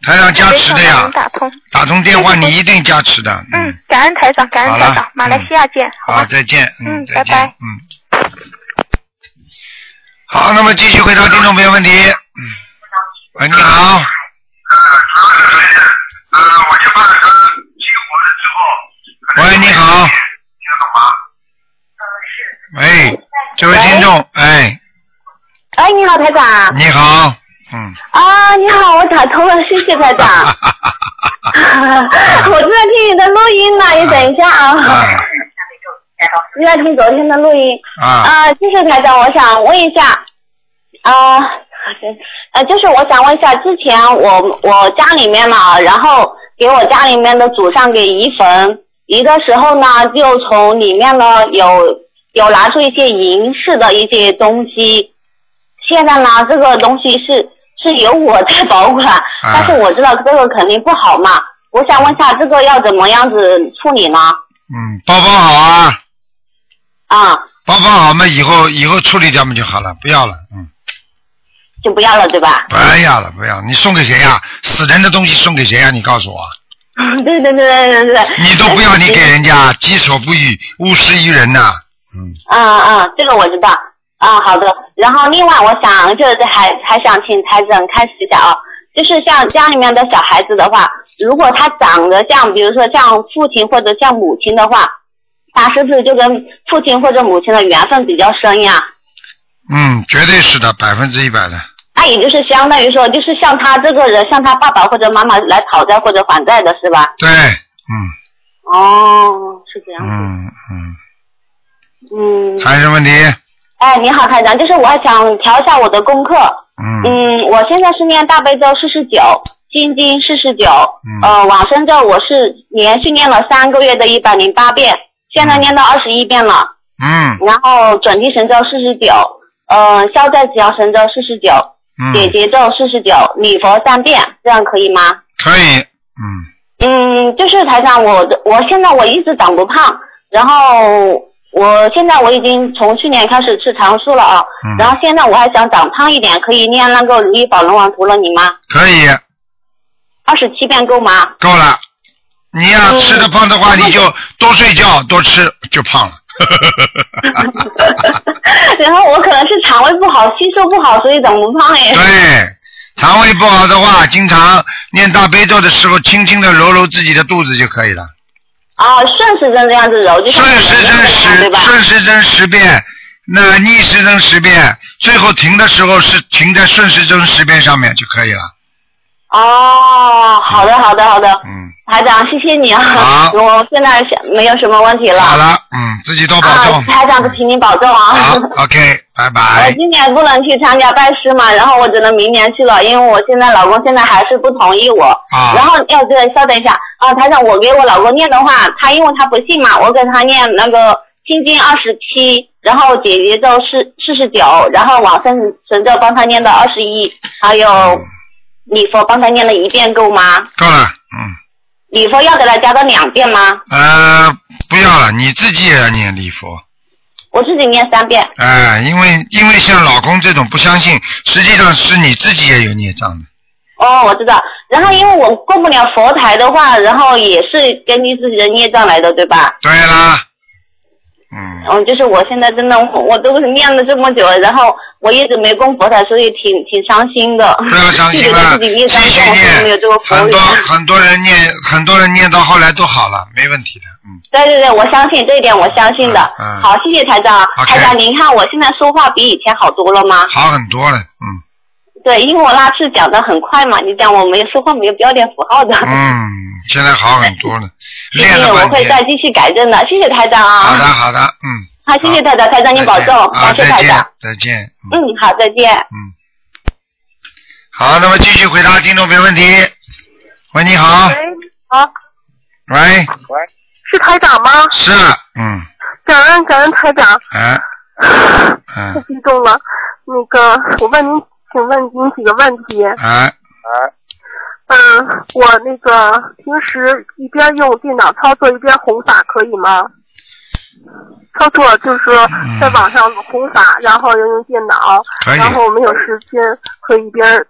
台长加持的我没想到呀能，打通。打通电话你一定加持的。嗯，嗯，感恩台长，感恩好了嗯台长，马来西亚见，好好，吗？再见，嗯，再拜见，拜。嗯。好，那么继续回答听众朋友问题。嗯，喂，你好，喂，你好，呃喂，这位听众，哎，哎，你好，台长。你好，啊，你好，我打通了，谢谢台 长。 我正在听你的录音呢，你哎等一下啊。正在听昨天的录音。啊，啊，就是台长，我想问一下，啊，呃，就是我想问一下，之前我我家里面嘛，然后给我家里面的祖上给移坟，移的时候呢，就从里面呢有有拿出一些银饰的一些东西，现在呢这个东西是是由我在保管，但是我知道这个肯定不好嘛，我想问一下这个要怎么样子处理呢？嗯，包包好啊，啊，包包好嘛，以后以后处理掉嘛就好了，不要了，嗯，就不要了对吧？不要了，不要，你送给谁呀、死人的东西送给谁呀、你告诉我， 对对对对对对。你都不要，你给人家己所不欲，勿施于人呐、嗯嗯，这个我知道。啊、好的。然后另外，我想就是还还想请台长开始一下啊，就是像家里面的小孩子的话，如果他长得像，比如说像父亲或者像母亲的话，他是不是就跟父亲或者母亲的缘分比较深呀？嗯，绝对是的，百分之一百的。那也就是相当于说，就是像他这个人，像他爸爸或者妈妈来讨债或者还债的是吧？对，哦，是这样。嗯嗯嗯，。还有什么问题？哎，你好，台长，就是我想调一下我的功课。嗯我现在是念大悲咒四十九，心经四十九，嗯呃，往生咒我是连续念了三个月的一百零八遍，现在念到二十一遍了。嗯然后准提神咒四十九，呃，消灾吉祥神咒四十九，嗯解结咒四十九，礼佛三遍，这样可以吗？可以，嗯，就是台长，我的我现在我一直长不胖，然后我现在我已经从去年开始吃长素了啊，嗯然后现在我还想长胖一点，可以念那个如意宝龙王陀罗尼吗？可以，二十七遍够吗？ 够了。你呀、嗯吃的胖的话，你就多睡觉，多吃就胖 了。然后我可能是肠胃不好，吸收不好，所以长不胖哎。对，肠胃不好的话，经常念大悲咒的时候，轻轻的揉揉自己的肚子就可以了。啊，顺时针这样子揉，就像顺时针嗯十，顺时针十遍，那逆时针十遍，最后停的时候是停在顺时针十遍上面就可以了。哦，好的，好的，好的。嗯。台长，谢谢你啊！我现在想没有什么问题了。好了，嗯，自己多保重啊、。台长，请您保重啊！好，OK，拜我拜。今年不能去参加拜师嘛，然后我只能明年去了，因为我现在老公现在还是不同意我。啊然后，哎，对，稍等一下啊，台长，我给我老公念的话，他因为他不信嘛，我给他念那个心经二十七，然后解结咒四四十九，然后往生神咒帮他念到二十一，还有礼佛帮他念了一遍够吗？够了，嗯礼佛要给他加到两遍吗？呃，不要了，你自己也要念礼佛。我自己念三遍。哎、因为因为像老公这种不相信，实际上是你自己也有孽障的。哦，我知道。然后因为我过不了佛台的话，然后也是根据自己的业障来的，对吧？对啦。嗯，哦，就是我现在真的，我我都是念了这么久了，然后我一直没供佛台，所以挺挺伤心的。不要伤心了，了，自己业障但我并没有这个佛很缘多。很多人念，很多人念到后来都好了，没问题的。对对对，我相信这一点，我相信的。嗯好，谢谢台长。 OK 台长，您看我现在说话比以前好多了吗？好很多了，嗯对，因为我那次讲的很快嘛，你讲我没有说话没有标点符号的。嗯，现在好很 多了，谢练谢，了我半会再天。继续改正的。谢谢台长啊。好的好的，嗯，好，谢谢台长，台长您保重，啊感谢再台见长。再见。嗯，好，再见。好，那么继续回答听众朋友问题。喂，你好，好，喂，啊是台长吗？是，嗯，感恩感恩台长，哎，太嗯，激动了。那个，我问您，请问您几个问题？哎，嗯，我那个平时一边用电脑操作一边弘法可以吗？操作就是说在网上弘法，然后又用电脑，嗯可以然后没有时间可以一边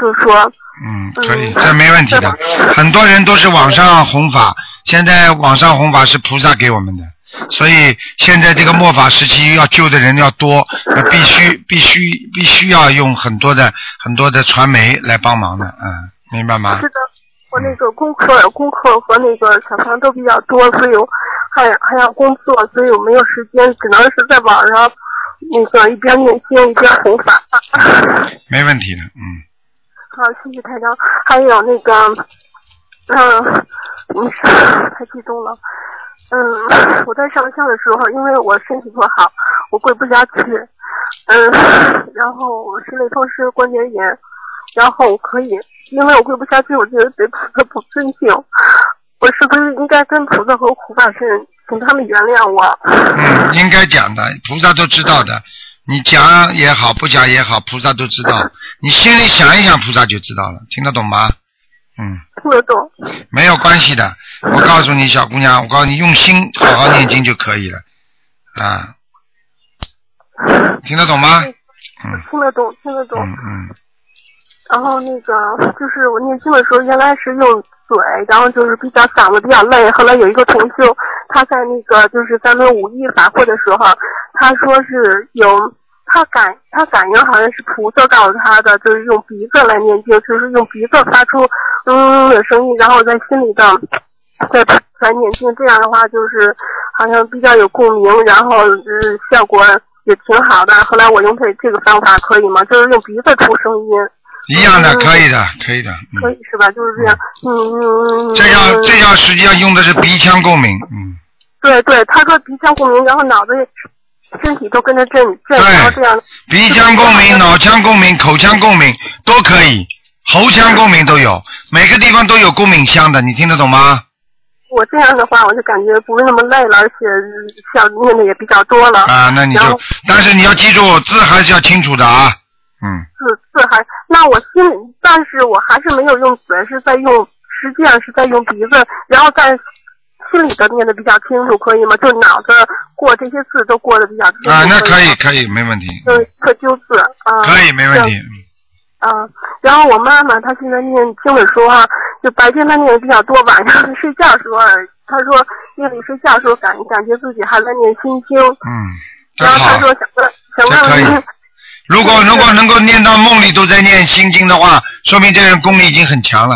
就是说嗯，可以，这没问题的。很多人都是网上弘法，现在网上弘法是菩萨给我们的，所以现在这个末法时期要救的人要多，那必须必须必须要用很多的很多的传媒来帮忙的，嗯，明白吗？是的，我那个功课、功课和那个小房都比较多，所以我还还要工作，所以我没有时间，只能是在网上那啊个一边念经一边弘法。没问题的，嗯。好，谢谢台长。还有那个，嗯、你是太激动了。嗯，我在上香的时候，因为我身体不好，我跪不下去。嗯，然后我是类风湿关节炎，然后我可以，因为我跪不下去，我觉得对菩萨不尊敬，我是不是应该跟菩萨和护法神请他们原谅我？嗯，应该讲的，菩萨都知道的。你讲也好，不讲也好，菩萨都知道。你心里想一想，菩萨就知道了，听得懂吗？嗯，听得懂？没有关系的。我告诉你，小姑娘，我告诉你，用心好好念经就可以了。 啊，听得懂吗？听得懂，听得懂。嗯然后那个就是我念经的时候，原来是用嘴，然后就是比较嗓子比较累。后来有一个同修，他在那个就是咱们五一法会的时候，他说是有他感他感应好像是菩萨告诉他的，就是用鼻子来念经，就是用鼻子发出嗯的声音，然后在心里的在在念经，这样的话就是好像比较有共鸣，然后嗯效果也挺好的。后来我用这这个方法可以吗？就是用鼻子出声音。一样的，可以的，可以的。嗯，可以是吧？就是这样，嗯嗯嗯。这要这要实际上用的是鼻腔共鸣。嗯，对对，他说鼻腔共鸣，然后脑子、身体都跟着震震，然后这样。鼻腔共鸣、脑腔共鸣、口腔共鸣都可以，喉腔共鸣都有，每个地方都有共鸣箱的，你听得懂吗？我这样的话，我就感觉不是那么累了，而且想念的也比较多了。啊，那你然后就，但是你要记住字还是要清楚的啊。嗯，是是还，那我心里，但是我还是没有用嘴，是在用，实际上是在用鼻子，然后在心里的念的比较清楚，可以吗？就脑子过这些字都过得比较清楚。啊，那可以以吗。可以，没问题，就是特纠字啊。可以没问这题样。嗯，然后我妈妈她现在念经的时候啊，就白天她念的比较多，晚上 睡觉的时候，啊她说夜里睡觉的时候感感觉自己还在念心经，嗯，这然后她好说，想问想这可问嗯以问。如果如果能够念到梦里都在念心经的话，说明这个人功力已经很强了。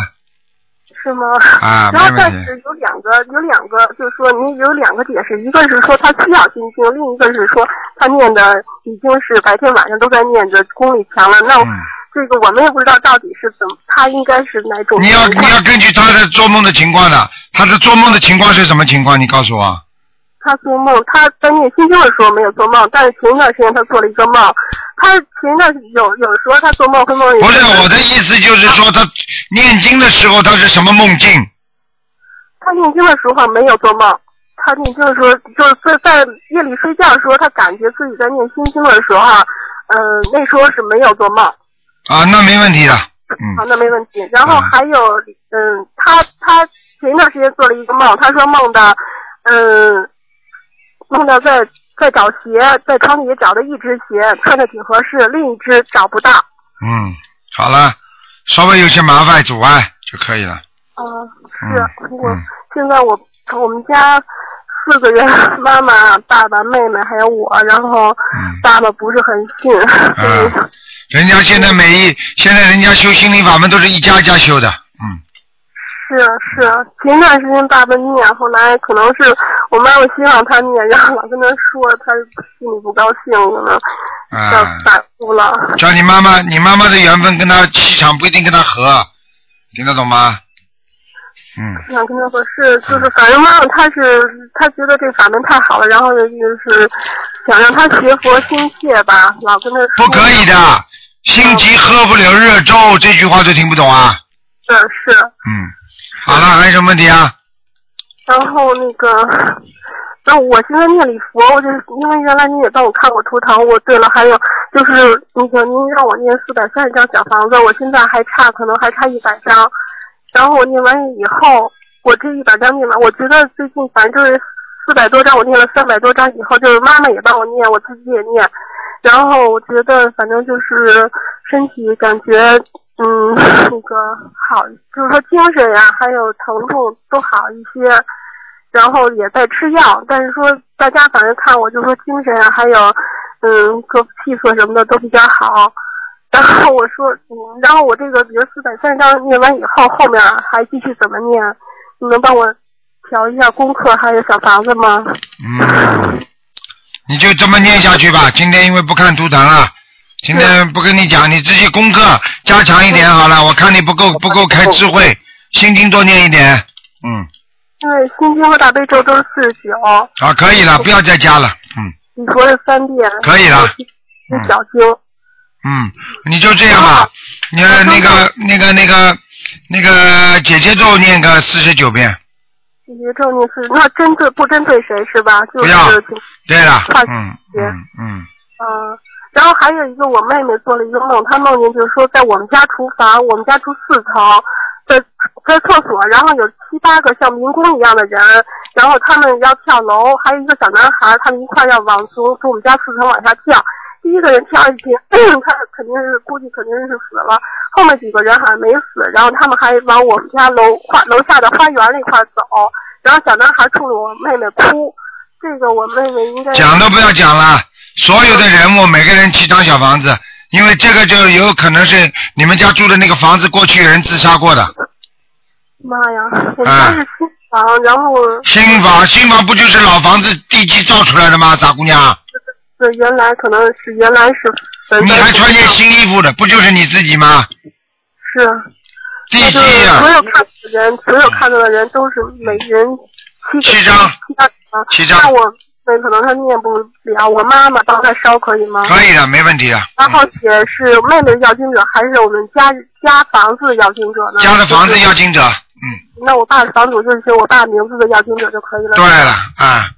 是吗？啊然后没问但题是有两个有两个，就是说您有两个解释，一个是说她需要心经，另一个是说她念的已经是白天晚上都在念的功力强了。那嗯我、这个我们也不知道到底是怎么，她应该是哪种你情要况？你要根据他的做梦的情况的，他的做梦的情况是什么情况？你告诉我。他做梦，他在念心经的时候没有做梦，但是前一段时间他做了一个梦，他前一段时间有有时候他做梦会梦见不是我的意思，就是说他念经的时候他是什么梦境？他念经的时候没有做梦，他念经的时候就是在在夜里睡觉的时候，他感觉自己在念心经的时候啊，嗯、那时候是没有做梦，啊，那没问题的。嗯好，那没问题。然后还有，嗯，他他前一段时间做了一个梦，他说梦到，嗯，梦到在在找鞋，在床底下找的一只鞋，穿的挺合适，另一只找不到。嗯，好了，稍微有些麻烦阻碍就可以了。嗯啊、是我现在我我们家四个人，妈妈、爸爸、妹妹还有我，然后 爸爸不是很信， 嗯，人家现在每一现在人家修心灵法门都是一家一家修的，嗯是啊是，前段时间爸爸念，后来可能是我妈妈希望他念，然后老跟他说，他心里不高兴，可能要嗯，反复了。叫你妈妈，你妈妈的缘分跟她气场不一定跟她合，听得懂吗？想跟他说，是就是，反正妈妈她是她觉得这法门太好了，然后就是想让他学佛心切吧，老跟他说。不可以的，心急喝不了热粥，这句话都听不懂啊。是是，嗯，好了，还有什么问题啊？然后那个， 那我现在念礼佛，我就是因为原来您也帮我看过图腾。我对了，还有就是那个您让我念四百三十张小房子，我现在还差，可能还差一百张。然后我念完以后，我这一百张念完，我觉得最近反正就是四百多张，我念了三百多张以后，就是妈妈也帮我念，我自己也念。然后我觉得反正就是身体感觉嗯那个好，就是说精神呀、还有疼痛都好一些。然后也在吃药，但是说大家反正看我就说精神啊，还有嗯各气色什么的都比较好。然后我说，嗯，然后我这个比如四百三十章念完以后，后面还继续怎么念？你能帮我调一下功课还有小房子吗？嗯，你就这么念下去吧。今天因为不看图腾了，今天不跟你讲，你自己功课加强一点好了。我看你不够不够开智慧，心经多念一点。嗯，因为心经和大悲咒都是四十九，好，啊可以了，不要再加了。嗯你说是三遍，可以了是小经。嗯，你就这样吧。你看那个那个那个那个姐姐咒念个四十九遍。你别咒念四，那针对不针对谁是吧？就不是要请对了，跨嗯嗯嗯，嗯，然后还有一个，我妹妹做了一个梦，她梦见就是说，在我们家厨房，我们家住四层，在在厕所，然后有七八个像民工一样的人，然后他们要跳楼，还有一个小男孩，他们一块儿要往从从我们家四层往下跳。第一个人跳下去， 他肯定是估计肯定是死了，后面几个人好像没死，然后他们还往我们家楼花楼下的花园那块儿走，然后小男孩冲着我妹妹哭，这个我妹妹应该讲都不要讲了，所有的人物每个人七张小房子，因为这个就有可能是你们家住的那个房子过去有人自杀过的。妈呀，我家是新房，然后啊新房新房不就是老房子地基造出来的吗？傻姑娘，是原来可能是原来是坟你在还路穿件上新衣服的，不就是你自己吗？是，地那就基是啊所有看到的人，所有看到的人都是每人七个七张啊七张，那我那可能他念不了，我妈妈帮他烧可以吗？可以的，没问题的。然后写是妹妹要经者还是我们家家房子要经者呢？家的房子要经者，就是。那我爸的房主就是写我爸名字的要经者就可以了。对了啊，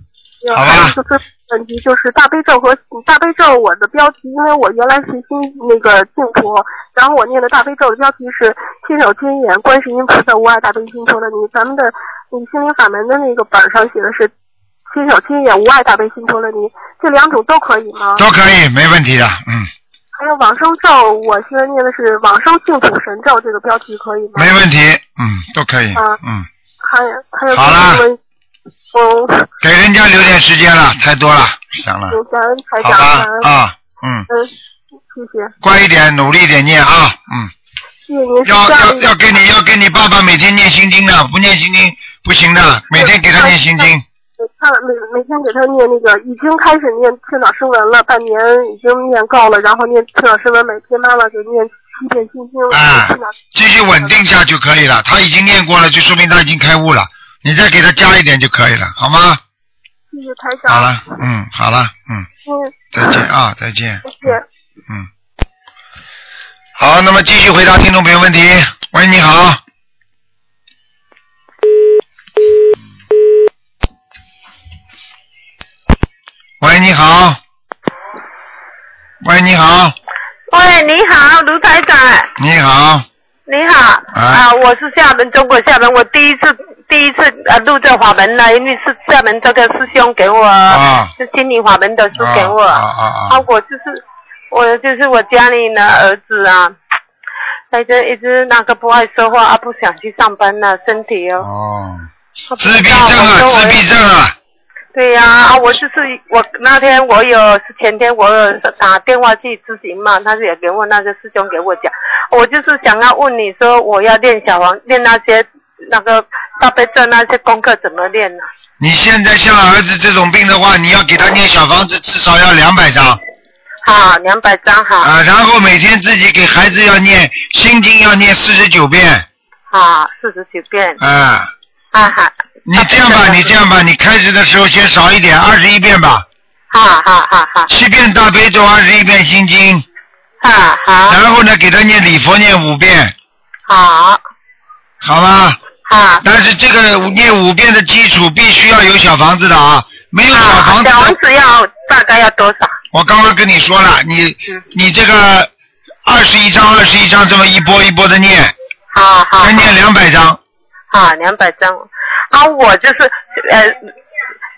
有还有就是问题就是大悲咒和大悲咒，我的标题，因为我原来是新那个净土，然后我念的大悲咒的标题是“亲手亲眼观世音菩萨无碍大悲心菩萨尼”，咱们的那个心灵法门的那个本儿上写的是“亲手亲眼无碍大悲心菩萨尼”，这两种都可以吗？都可以，没问题的，嗯，还有往生咒，我现在念的是“往生净土神咒”，这个标题可以吗？没问题，嗯，都可以，啊嗯，还有还有好就是啦问，嗯，给人家留点时间了，太多了，行了，感恩台好长，吧感恩，啊，嗯，嗯，谢谢。乖一点，努力一点念啊，嗯，谢谢您。要要要给你要给你爸爸每天念心经的，不念心经不行的，每天给他念心经，他每每天给他念那个，已经开始念千岛诗文了，半年已经念够了，然后念千岛诗文，每天妈妈给念七遍心经，哎，继续稳定下就可以了。他已经念过了，就说明他已经开悟了，你再给他加一点就可以了，好吗？谢谢台长。好了，嗯，好了，嗯，嗯，再见啊，再见。谢谢。嗯，好，那么继续回答听众朋友问题。喂，你好。喂，你好。喂，你好，喂，你好，卢台长，你好，你好。啊我是厦门，中国厦门，我第一次第一次呃入这法门呢，因为是厦门这个师兄给我，啊是心灵法门的师嗯给我，啊啊啊啊，我就是我就是我家里的儿子啊，他一直一直那个不爱说话啊，不想去上班了，身体哦。哦，自闭症啊自闭症啊。对呀、啊，我就是我那天我有是前天我有打电话去咨询嘛，他是也给我那个师兄给我讲，我就是想要问你说我要练小黄练那些那个大悲咒那些功课怎么练呢、你现在像儿子这种病的话，你要给他念小房子，至少要两百张好，两百张好。啊，然后每天自己给孩子要念心经，要念四十九遍啊，四十九遍啊。啊哈你这样吧，你这样吧，你开始的时候先少一点，二十一遍吧，哈哈哈哈七遍大悲咒，二十一遍心经。啊好。然后呢，给他念礼佛念五遍，好好吧？啊。但是这个念五遍的基础必须要有小房子的啊，没有小房子的。小房子要大概要多少？嗯我刚刚跟你说了，你你这个二十一章二十一章这么一波一波的念，好好再念两百章。啊，两百张啊，我就是呃，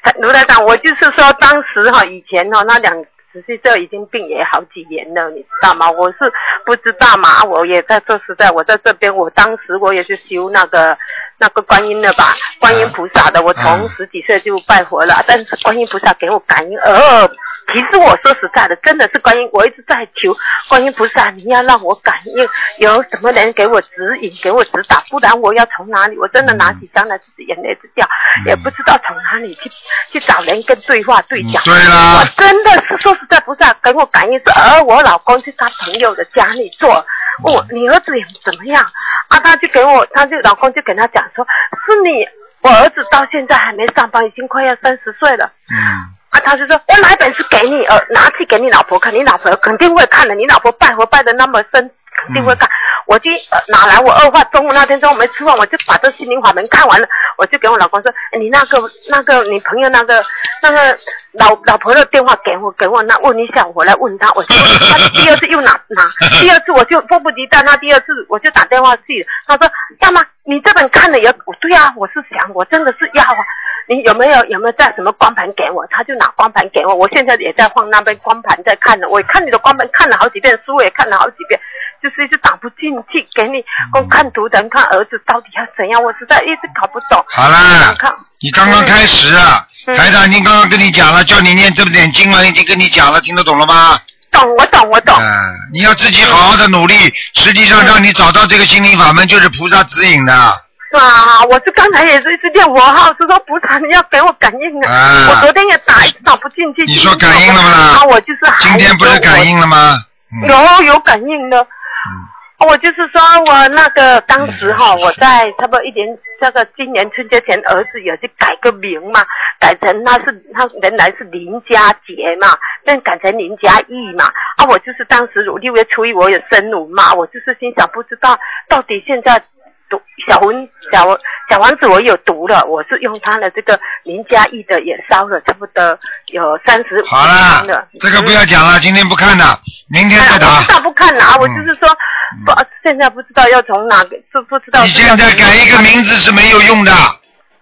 台卢台长，我就是说当时哈、以前哈、那两十岁就已经病也好几年了，你知道吗？我是不知道嘛，我也在说实在，我在这边，我当时我也是修那个那个观音的吧，观音菩萨的，我从十几岁就拜佛了，但是观音菩萨给我感应，呃。其实我说实在的，真的是观音，我一直在求观音菩萨，你要让我感应有什么人给我指引、给我指导，不然我要从哪里？我真的拿起张来，自己眼泪直掉，也不知道从哪里去去找人跟对话对讲。对啦我真的是说实在，菩萨给我感应是，而我老公去他朋友的家里做。问我你儿子也怎么样？啊，他就给我，他就老公就跟他讲说，是你我儿子到现在还没上班，已经快要三十岁了。嗯啊，他就说，我拿一本书给你，呃，拿去给你老婆看，你老婆肯定会看的，你老婆拜佛拜的那么深，肯定会看。我就、呃、拿来，我二话中午那天中午没吃饭，我就把这心灵法门看完了，我就给我老公说，哎你那个那个你朋友那个那个老老婆的电话给我给我，那问一下，我来问他，我说他第二次又拿拿，第二次我就迫不及待，那第二次我就打电话去，他说大妈，你这本看了有，我对啊，我是想我真的是要啊。你有没有有没有带什么光盘给我？他就拿光盘给我，我现在也在放那边光盘在看呢。我看你的光盘看了好几遍，书也看了好几遍，就是一直打不进去，给你嗯光看图腾，看儿子到底要怎样，我实在一直搞不懂。好啦看，你刚刚开始啊，嗯台长，您刚刚跟你讲了，叫你念这么点经了，已经跟你讲了，听得懂了吗？懂，我懂，我懂。嗯，你要自己好好的努力，实际上让你找到这个心灵法门，就是菩萨指引的。是啊，我是刚才也是一直念我号，是说菩萨你要给我感应啊！啊我昨天也打，一直打不进去。你说感应了吗啊，我就是还今天不是感应了吗？嗯有有感应的。我就是说，我那个当时嗯哈，我在差不多一年，这个今年春节前，儿子也是改个名嘛，改成他是他原来是林家杰嘛，但改成林家义嘛。啊，我就是当时我六月初一我有生炉嘛，我就是心想不知道到底现在读小文小小王子我有读了，我是用他的这个林家义的也烧了差不多有三十五好啦张了，嗯哎这个不要讲了，今天不看了，明天再我打嗯知。道不看了啊，我就是说，不，现在不知道要从哪个，不不知道。你现在改一个名字是没有用的，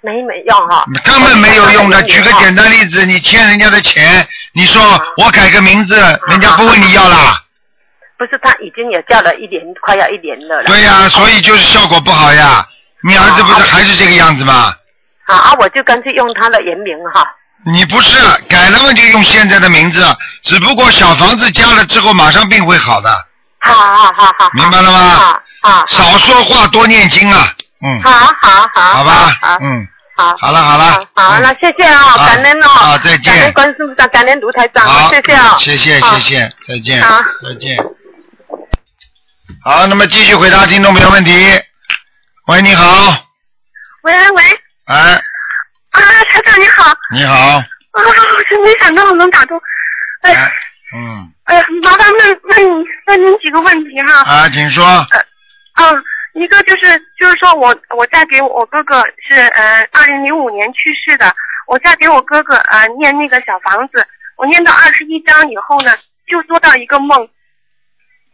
没没用哈，根本没有用的。举个简单例子，你欠人家的钱，你啊说我改个名字，人家不问你要啦。不是他已经也叫了一年，快要一年了 啦。啊对呀、所以就是效果不好呀。你儿子不是还是这个样子吗？好啊，我就干脆用他的原名哈。你不是改了嘛，就用现在的名字，只不过小房子加了之后，马上病会好的，好好好好，啊明白了吗？少说话，多念经啊，嗯，好好好，好吧，嗯，啊好，好了好了，好，那谢谢啊，嗯好感恩哦，好再见感恩观世菩萨，感恩卢台长，好嗯谢谢啊，谢谢好谢谢，再见好，再见。好，那么继续回答听众朋友问题。喂，你好，喂喂，哎，啊，台长你好，啊，你好，我真没想到我能打通，哎，嗯，哎呀，麻烦问问你问您几个问题哈，啊，请说，嗯，一个就是就是说我我在给我哥哥是呃二零零五年去世的，我在给我哥哥呃念那个小房子，我念到二十一章以后呢，就做到一个梦，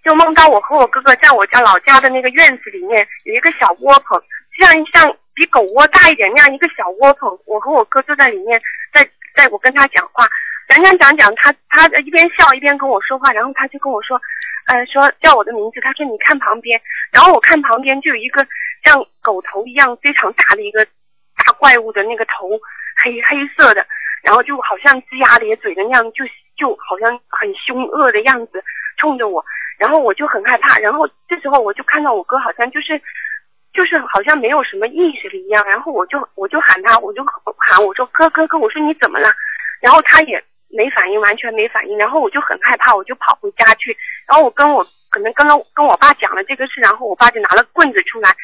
就梦到我和我哥哥在我家老家的那个院子里面有一个小窝棚，像像比狗窝大一点那样一个小窝棚，我和我哥就在里面，在在我跟他讲话，讲讲讲讲，他他一边笑一边跟我说话，然后他就跟我说，呃说叫我的名字，他说你看旁边，然后我看旁边就有一个像狗头一样非常大的一个大怪物的那个头，黑黑色的，然后就好像龇牙咧嘴的那样，就就好像很凶恶的样子冲着我，然后我就很害怕，然后这时候我就看到我哥好像就是就是好像没有什么意识了一样，然后我就我就喊他，我就喊我说哥哥哥，我说你怎么了？然后他也没反应，完全没反应，然后我就很害怕，我就跑回家去，然后我跟我可能跟了跟我爸讲了这个事，然后我爸就拿了棍子出来，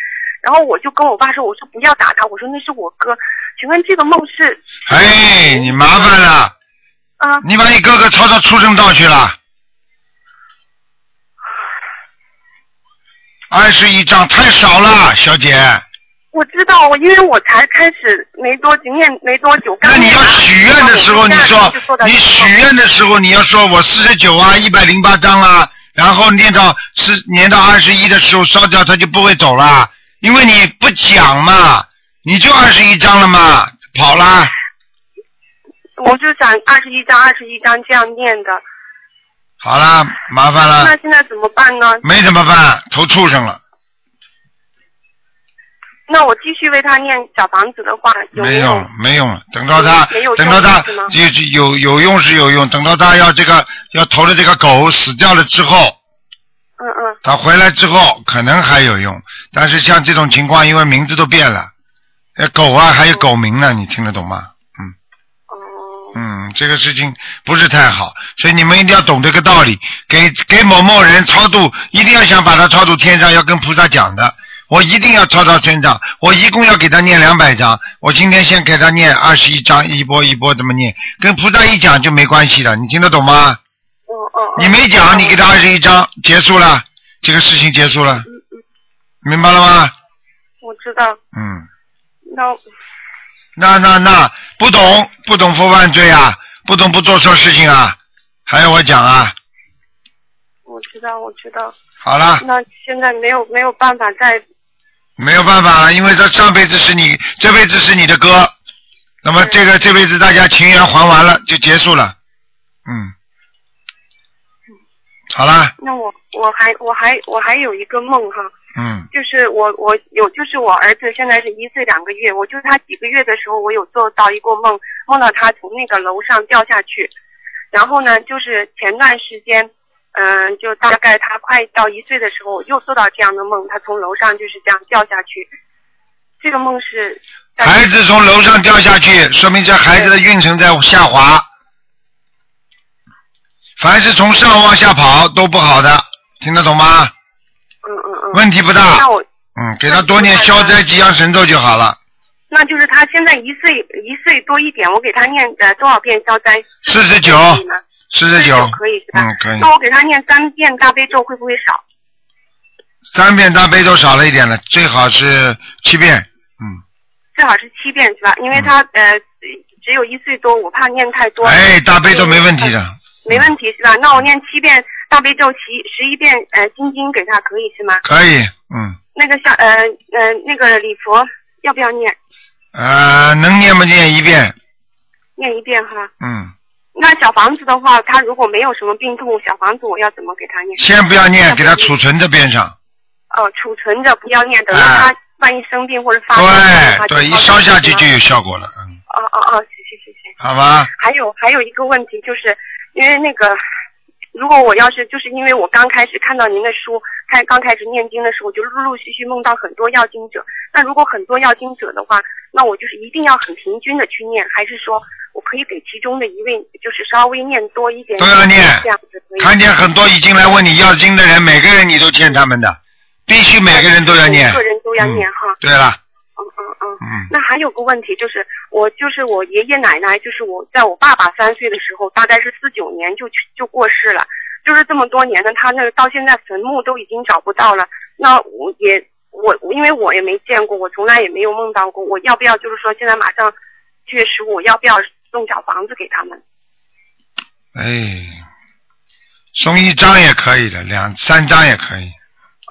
然后我就跟我爸说，我说不要打他，我说那是我哥，请问这个梦是哎，你麻烦了，啊？你把你哥哥抄到畜生道去了。二十一张太少了，小姐。我知道，我因为我才开始没多久念没多久，刚念完许愿的时候，你说你许愿的时候，你要说我四十九啊，一百零八张啊，然后念到是念到二十一的时候烧掉，它就不会走了，因为你不讲嘛，你就二十一张了嘛，跑啦。我就想二十一章二十一章这样念的，好啦，麻烦那了，现在怎么办呢？没怎么办，投畜生了，那我继续为他念小房子的话，有没有用了，没用了，等到他没有等到他效果是吗就就有有用是有用，等到他要这个要投了这个狗死掉了之后，嗯嗯，他回来之后可能还有用，但是像这种情况，因为名字都变了，呃，狗啊还有嗯狗名呢，你听得懂吗？嗯，嗯，这个事情不是太好，所以你们一定要懂这个道理。给给某某人超度，一定要想把他超度天上，要跟菩萨讲的。我一定要超到天上，我一共要给他念两百章，我今天先给他念二十一章，一波一波这么念，跟菩萨一讲就没关系了，你听得懂吗？你没讲，你给他二十一章，结束了，这个事情结束了，明白了吗？我知道，嗯，那那那那不懂不懂负犯罪啊，不懂不做错事情啊，还要我讲啊？我知道我知道，好了，那现在没有没有办法再没有办法了，因为他上辈子是你，这辈子是你的哥，那么这个这辈子大家情缘还完了就结束了，嗯，好啦，那我我还我还我还有一个梦哈，嗯就是我我有就是我儿子现在是一岁两个月，我就是他几个月的时候，我有做到一个梦，梦到他从那个楼上掉下去，然后呢，就是前段时间，嗯、就大概他快到一岁的时候，我又做到这样的梦，他从楼上就是这样掉下去，这个梦是孩子从楼上掉下去，说明这孩子的运程在下滑。凡是从上往下跑都不好的，听得懂吗？嗯嗯嗯。问题不大。那我嗯，给他多念消灾吉祥神咒就好了，那就是他现在一岁一岁多一点，我给他念呃多少遍消灾？ 49可以吗嗯四十九。可以是吧？嗯，可以那。我给他念三遍大悲咒会不会少？三遍大悲咒少了一点了，最好是七遍。最好是七遍是吧？嗯因为他、呃只有一岁多，我怕念太多。哎，大悲咒没问题的，没问题是吧？那我念七遍大悲咒，七十一遍呃心经给他可以是吗？可以。嗯，那个像呃呃那个礼佛要不要念？呃，能念不念一遍？念一遍哈。嗯，那小房子的话，他如果没有什么病痛，小房子我要怎么给他念？先不要念，给他储存在边上。哦、储存着不要念，等到他万一生病或者发烧的话哎对就对，一烧烧下掉去了就有效果了，哦哦哦，谢谢谢谢。好吧？还有还有一个问题，就是因为那个，如果我要是就是因为我刚开始看到您的书，开刚开始念经的时候，我就陆陆续续梦到很多要经者。那如果很多要经者的话，那我就是一定要很平均的去念，还是说我可以给其中的一位就是稍微念多一点点，都要念这样子可以吗？看见很多已经来问你要经的人，每个人你都欠他们的，必须每个人都要念嗯每。个人都要念哈。对了，嗯那还有个问题就是，我就是我爷爷奶奶，就是我在我爸爸三岁的时候，大概是四九年就去就过世了，就是这么多年呢，他那个到现在坟墓都已经找不到了。那我也我因为我也没见过，我从来也没有梦到过，我要不要就是说现在马上七月十五，要不要送小房子给他们？哎，送一张也可以的，两三张也可以。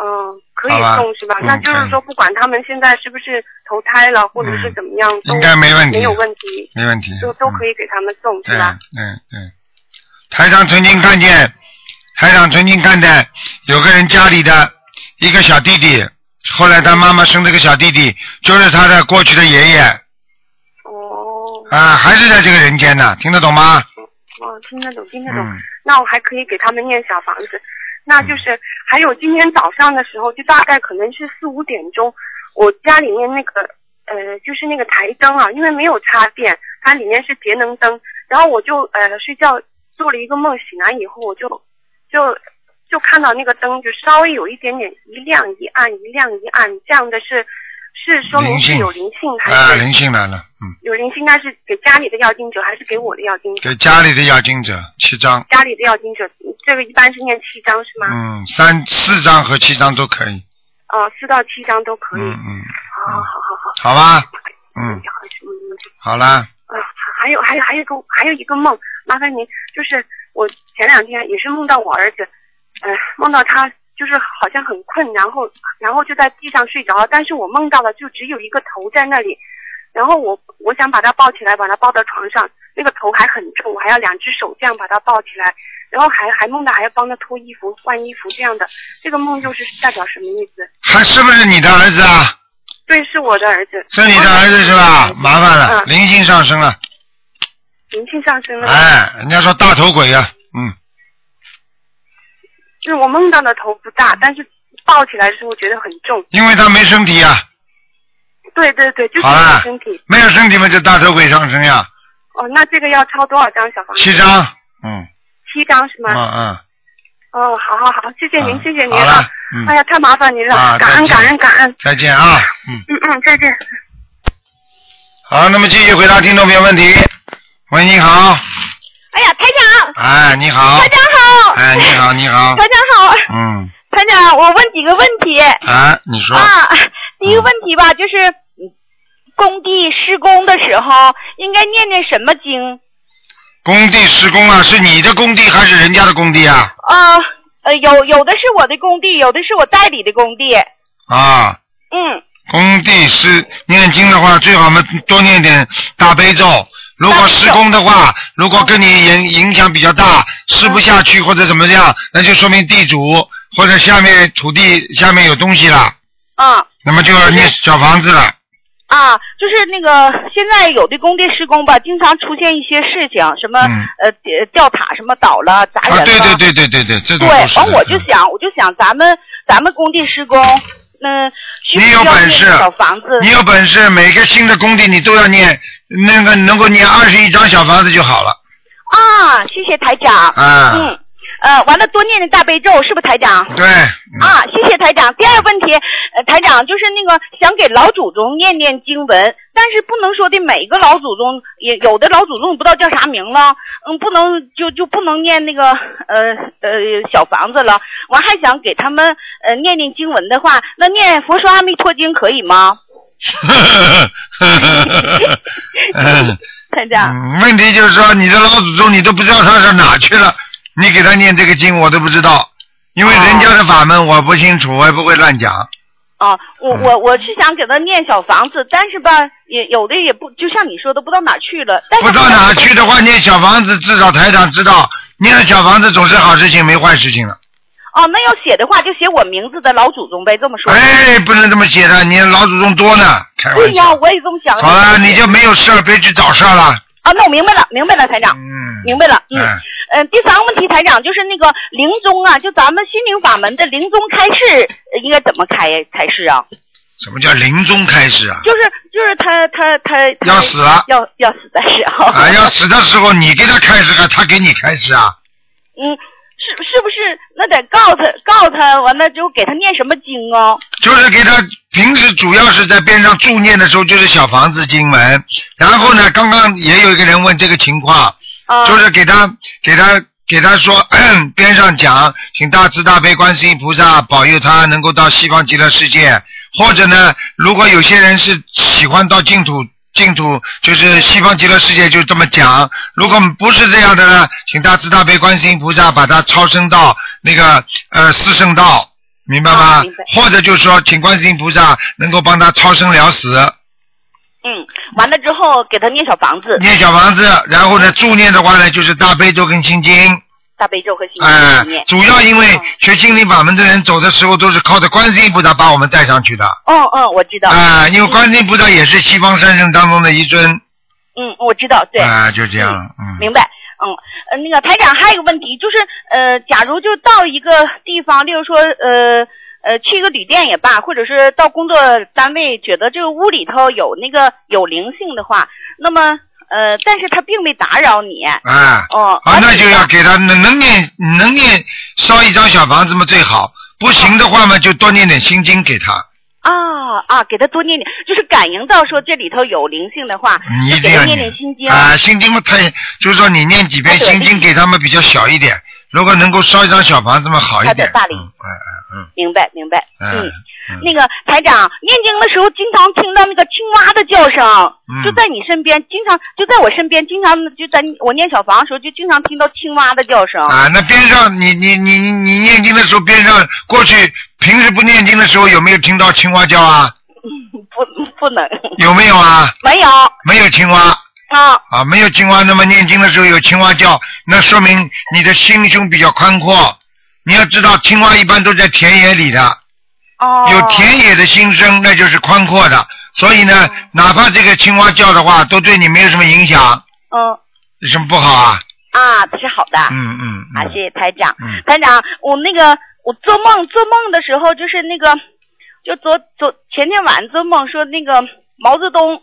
嗯，可以好吧送是吧？嗯嗯那就是说，不管他们现在是不是投胎了，或者是怎么样，都应该没问题嗯没有问题，没问题都都可以给他们送对是吧？对对，台上曾经看见台长曾经看见有个人家里的一个小弟弟，后来他妈妈生了个小弟弟，就是他的过去的爷爷。哦。啊，还是在这个人间呢，听得懂吗？嗯哦，听得懂，听得懂。那我还可以给他们念小房子。那就是还有今天早上的时候，就大概可能是四五点钟，我家里面那个呃，就是那个台灯啊，因为没有插电，它里面是节能灯。然后我就呃睡觉做了一个梦，醒来以后我就就就看到那个灯就稍微有一点点一亮一暗一亮一暗，这样的是是说明灵是性有灵性还啊，是灵性来了，嗯，有灵性？那是给家里的要经者还是给我的要经者？给家里的要经者七张，家里的要经者，这个一般是念七张是吗？嗯，三四张和七张都可以，呃，四到七张都可以。嗯嗯，好好好好。好吧，嗯，嗯嗯好啦，啊，还有还有还有一个还有一个梦，麻烦您，就是我前两天也是梦到我儿子，呃，梦到他就是好像很困，然后然后就在地上睡着，但是我梦到了就只有一个头在那里，然后我我想把他抱起来，把他抱到床上，那个头还很重，我还要两只手这样把他抱起来，然后还还梦到还要帮他脱衣服、换衣服这样的，这个梦就是代表什么意思？还是不是你的儿子啊？对，是我的儿子。是你的儿子是啊吧？麻烦了，嗯灵性上升了，灵性上升了。哎，人家说大头鬼呀、嗯，就是我梦到的头不大，但是抱起来的时候觉得很重。因为他没身体呀、啊对对对，就是好啦没身体。没有身体嘛就大头鬼上身呀、哦，那这个要抄多少张小房子？七张，嗯，七张啊是吗？嗯嗯，哦，好好好，谢谢您，谢谢您好啊了！嗯哎呀，太麻烦您了，啊感恩再见感恩感恩。再见啊，嗯。嗯嗯，再见。好，那么继续回答听众朋友问题。喂，你好，哎呀，台长，哎，你好，台长好，哎，你好，你好，台长好，嗯，台长，我问几个问题哎，你说，啊。第一个问题吧，就是工地施工的时候应该念念什么经？工地施工啊，是你的工地还是人家的工地啊？啊，呃，有有的是我的工地，有的是我代理的工地。啊，嗯，工地施念经的话，最好嘛多念点大悲咒。如果施工的话，如果跟你影影响比较大，施不下去或者怎么样，那就说明地主或者下面土地下面有东西了，啊那么就要念小房子了。啊，就是那个现在有的工地施工吧，经常出现一些事情，什么、嗯呃呃吊塔什么倒了砸人了。啊，对对对对对对，这种哎对，都是完的。嗯我就想，我就想咱们咱们工地施工，那、需不你需有要本事那个小房子？你有本事，每个新的工地你都要念那个能够念二十一张小房子就好 了。 啊！谢谢台长。啊嗯。呃，完了，多念念大悲咒，是不是台长？对，啊，谢谢台长。第二个问题，呃，台长就是那个想给老祖宗念念经文，但是不能说的每个老祖宗，也有的老祖宗不知道叫啥名了，嗯，不能就就不能念那个呃呃小房子了。完还想给他们呃念念经文的话，那念佛说阿弥陀经可以吗？嗯台长，嗯问题就是说，你的老祖宗你都不知道他上哪去了，你给他念这个经我都不知道，因为人家的法门我不清楚，我也不会乱讲。啊，我嗯我我是想给他念小房子，但是吧，也有的也不，就像你说的，不知道哪儿去了。但是不到哪去的话，念小房子至少台长知道，念了小房子总是好事情，没坏事情了。哦，那要写的话就写我名字的老祖宗呗，这么说。哎，不能这么写的，你老祖宗多呢，开玩对笑。呀，我也这么想的。好了，你就没有事儿，别去找事儿了。啊，那我明白了，明白了，台长，嗯，明白了，嗯。哎嗯、第三个问题，台长就是那个临终啊，就咱们心灵法门的临终开示呃应该怎么开才是啊？什么叫临终开始啊？就是就是他他他他要死了要要死的时候，啊，要死的时候你给他开始啊，他给你开始啊？嗯，是是不是那得告他告他，完了之后给他念什么经哦？就是给他平时主要是在边上助念的时候，就是小房子经文。然后呢，刚刚也有一个人问这个情况，就是给他给他给他说 边上讲，请大慈大悲观世音菩萨保佑他能够到西方极乐世界。或者呢，如果有些人是喜欢到净土。净土就是西方极乐世界，就这么讲。如果不是这样的呢，请大慈大悲观世音菩萨把他超生到那个呃四圣道，哦明白吗？或者就是说，请观世音菩萨能够帮他超生了死，嗯，完了之后给他念小房子，嗯嗯念小房子，然后呢，助念的话呢，就是大悲咒跟心经，大悲咒和心经哎、里面。主要因为学心灵法门的人走的时候都是靠着观世音菩萨把我们带上去的。嗯嗯，我知道。啊、因为观世音菩萨也是西方三圣当中的一尊。嗯，我知道，对。啊、就这样，嗯。明白。嗯，呃，那个台长还有一个问题，就是呃，假如就到一个地方，例如说呃呃，去一个旅店也罢，或者是到工作单位，觉得这个屋里头有那个有灵性的话，那么呃，但是他并没打扰你。啊，哦，啊，那就要给他能能念能念烧一张小房子嘛最好，不行的话嘛就多念点心经给他，啊啊，给他多念点，就是感应到说这里头有灵性的话，你就一定给他要念念心经。啊，心经嘛太就是说你念几遍啊对心经给他们比较小一点，如果能够烧一张小房子嘛好一他点的，大理嗯嗯明白明白，嗯嗯嗯。那个台长念经的时候，经常听到那个青蛙的叫声，嗯就在你身边，经常就在我身边，经常就在我念小房的时候，就经常听到青蛙的叫声。啊，那边上你你你你你念经的时候边上过去平时不念经的时候有没有听到青蛙叫啊？ 不不能。有没有啊？没有没有青蛙。啊啊，没有青蛙，那么念经的时候有青蛙叫，那说明你的心胸比较宽阔。你要知道，青蛙一般都在田野里的，哦，有田野的心声，那就是宽阔的。所以呢，哪怕这个青蛙叫的话，都对你没有什么影响，嗯有什么不好啊？啊，这是好的。嗯嗯啊，嗯谢谢台长。嗯台长，我那个我做梦做梦的时候，就是那个，就昨昨前天晚上做梦说那个毛泽东，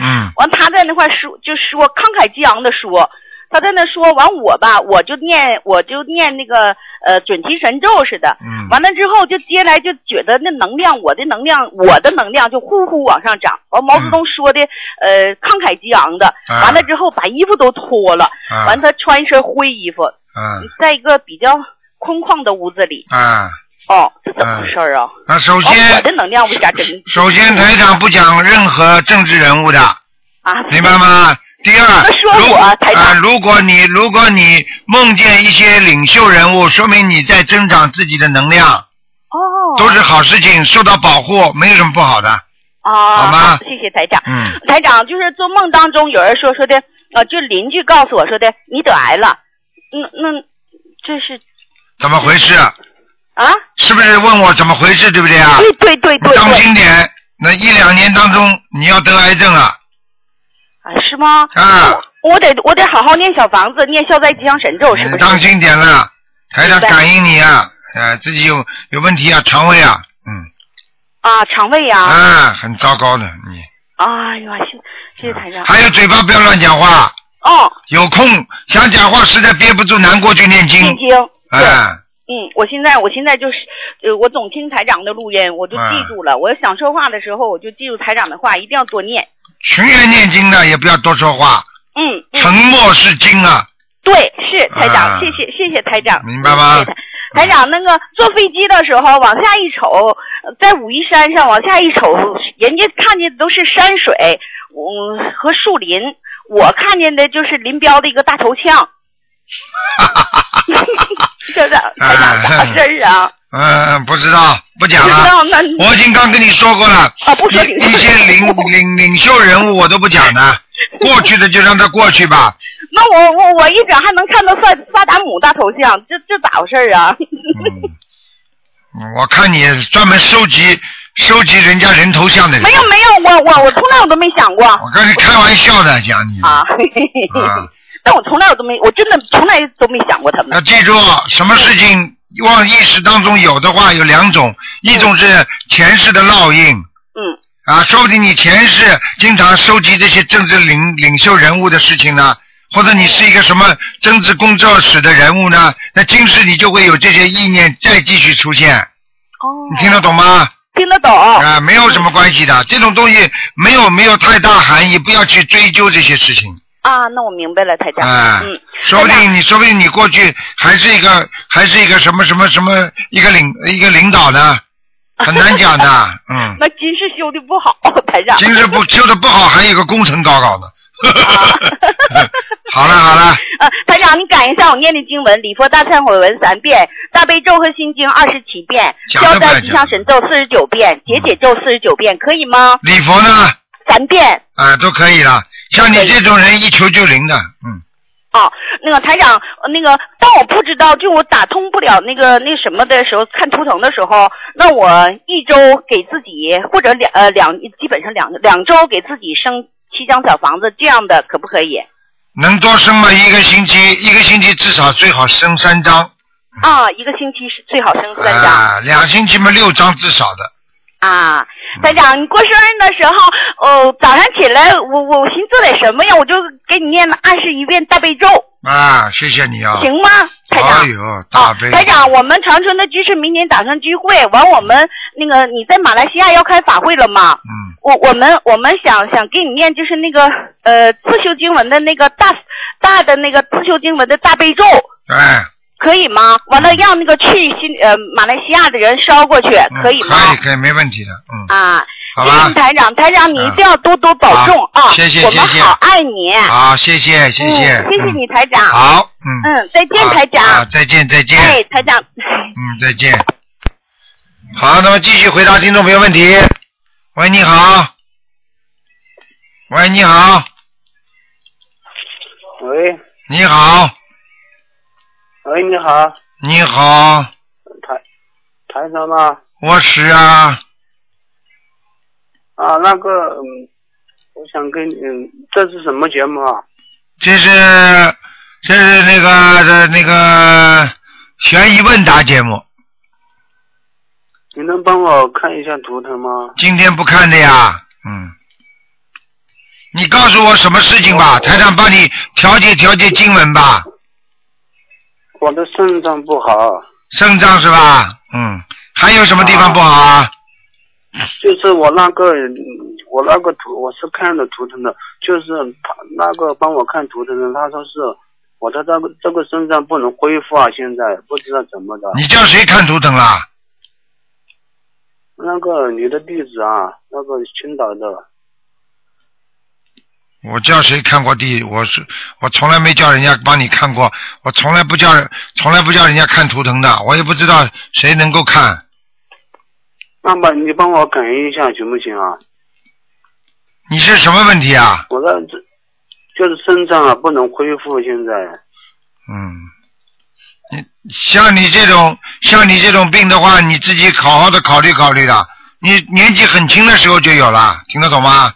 嗯， 完他在那块说就说慷慨激昂的说，他在那说完我吧，我就念我就念那个呃准提神咒似的，嗯完了之后就接下来就觉得那能量我的能量我的能量就呼呼往上涨，完毛泽东说的、呃慷慨激昂的，嗯啊完了之后把衣服都脱了，啊完他穿一身灰衣服，嗯在一个比较空旷的屋子里，啊哦，这怎么嗯回事儿啊？那首哦我先的能量为啥真首先台长不讲任何政治人物的，啊？明白吗？第二，那说如我啊、台长如果你如果你梦见一些领袖人物，说明你在增长自己的能量，哦，都是好事情，受到保护，没有什么不好的。啊，好吗谢谢台长。嗯，台长就是做梦当中有人说说的，呃，就邻居告诉我说的，你得癌了。那那这是怎么回事？啊？是不是问我怎么回事，对不对啊？对对对对对当心点，那一两年当中你要得癌症了。啊是吗？啊，我得我得好好念小房子，念消灾吉祥神咒，是不你是？嗯当心点了，台长明白感应你啊，呃，自己有有问题啊，肠胃啊，啊，肠胃呀、啊。啊，很糟糕的，你哎呀，谢谢谢台长。还有嘴巴不要乱讲话。哦，有空想讲话，实在憋不住难过就念经。念经。哎、嗯，我现在我现在就是，呃，我总听台长的录音，我就记住了。我想说话的时候，我就记住台长的话，一定要多念。群人念经的也不要多说话，嗯，嗯沉默是金啊，对，是台长，啊谢谢谢谢台长，明白吗谢谢台台长，那个坐飞机的时候往下一瞅，呃在武夷山上往下一瞅，人家看见的都是山水，嗯，和树林，我看见的就是林彪的一个大头像。 哎台长，台长啥事儿啊？嗯，不知道，不讲不知道了。那我已经刚跟你说过了，啊，不说一一些领领领袖人物我都不讲 的，过去的就让他过去吧。那我我我一整还能看到萨萨达姆大头像，这这咋回事儿啊？ 嗯我看你专门收集收集人家人头像的人，没有没有，我我我从来我都没想过我跟你开玩笑的讲你。啊。嘿嘿嘿嘿啊 但我从来我都没，我真的从来都没想过他们。要记住，啊什么事情往意识当中有的话，有两种，一种是前世的烙印，嗯，啊，说不定你前世经常收集这些政治领领袖人物的事情呢，或者你是一个什么政治工作室的人物呢，那今世你就会有这些意念再继续出现。哦，你听得懂吗？听得懂啊，没有什么关系的，这种东西没有没有太大含义，不要去追究这些事情。啊，那我明白了，台长。啊嗯，说不定你，说不定你过去还是一个还是一个什么什么什么一个领一个领导呢，很难讲 的，嗯，那今世修的不好，台长。今日不修的不好，还有个工程高高呢。好了好了，呃，台长，你感应一下我念的经文：礼佛大忏悔文三遍，大悲咒和心经二十七遍，讲都消不要灾吉祥神咒四十九遍，解解咒四十九遍，可以吗？礼佛呢？三遍啊，都可以了。像你这种人一求就灵的，嗯，啊，那个台长，呃那个当我不知道，就我打通不了那个那什么的时候，看图腾的时候，那我一周给自己或者两呃两，基本上两两周给自己生七张小房子，这样的可不可以？能多生吗？一个星期，一个星期至少最好生三张，啊，一个星期是最好生三张。啊，两星期嘛六张至少的，啊，台长，你过生日的时候，哦，早上起来我我寻思点什么呀？我就给你念了二十一遍大悲咒，啊，谢谢你啊。行吗，台长？哦哎呦，大悲。台长，我们长春的居士明年打算聚会，完我们那个你在马来西亚要开法会了吗？嗯。我我们我们想想给你念就是那个呃自修经文的那个大大的那个自修经文的大悲咒，哎，可以吗？完了让那个去新呃马来西亚的人捎过去，嗯可以吗？可以，可以，没问题的，嗯，啊，好谢吧谢台长，台长你一定要多多保重好啊！谢谢我们谢谢好爱你。好，谢谢，谢谢，嗯嗯谢谢嗯，你台长。好，嗯，嗯，再见好台长。啊再见，再见，哎，台长。嗯，再见。好，那么继续回答听众朋友问题。喂，你好。喂，你好，喂，你好，喂，你好，你好，台台长吗？我是啊，啊，那个，嗯，我想跟你，嗯，这是什么节目啊？这是这是那个的那个悬疑问答节目，你能帮我看一下图腾吗？今天不看的呀，嗯。你告诉我什么事情吧，台长帮你调节调节经文吧，我的肾脏不好，肾脏是吧？嗯，还有什么地方不好啊？就是我那个，嗯我那个图，我是看了图腾的，就是他那个帮我看图腾的，他说是我的这个这个肾脏不能恢复啊，现在不知道怎么的。你叫谁看图腾啦？那个你的弟子啊，那个青岛的。我叫谁看过地？我是我从来没叫人家帮你看过，我从来不叫从来不叫人家看图腾的，我也不知道谁能够看。那么你帮我感应一下行不行啊？你是什么问题啊？我的这就是肾脏啊，不能恢复，现在嗯，你嗯像你这种像你这种病的话，你自己好好的考虑考虑的。你年纪很轻的时候就有了，听得懂吗？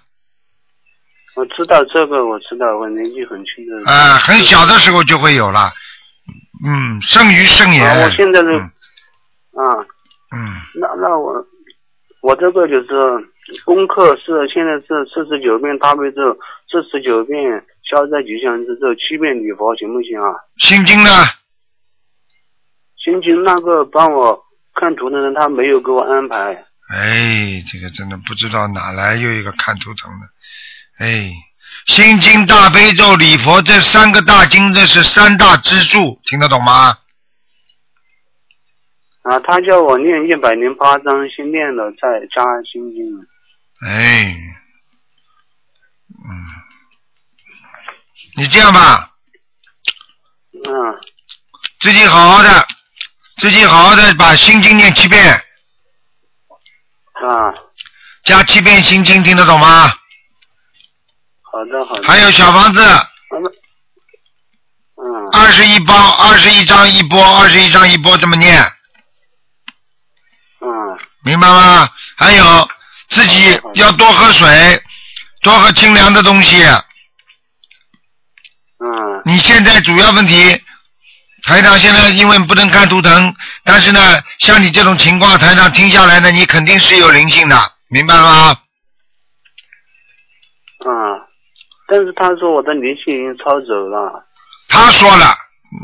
我知道这个，我知道，我年纪很轻的。啊、很小的时候就会有了。嗯，剩嗯余肾炎。啊我现在是啊，嗯，那那我我这个就是功课是现在是四十九遍大悲咒，四十九遍消灾吉祥之咒，七遍礼佛，行不行啊？心经呢？星期那个帮我看图的人他没有给我安排，哎，这个真的不知道哪来又一个看图腾的。哎，心经、大悲咒、礼佛这三个大经，这是三大支柱，听得懂吗？啊，他叫我念一百零八章，先念了再加心经。哎，嗯，你这样吧，嗯，自己好好的，自己好好的把心经念七遍，啊，加七遍心经，听得懂吗？好的好的。啊还有小房子，嗯，二十一包，二十一张一波，二十一张一波，这么念。嗯。明白吗？还有自己要多喝水，多喝清凉的东西。嗯。你现在主要问题，台长现在因为不能看图腾，但是呢，像你这种情况，台长听下来呢，你肯定是有灵性的，明白吗？啊，但是他说我的灵性已经超走了，他说了，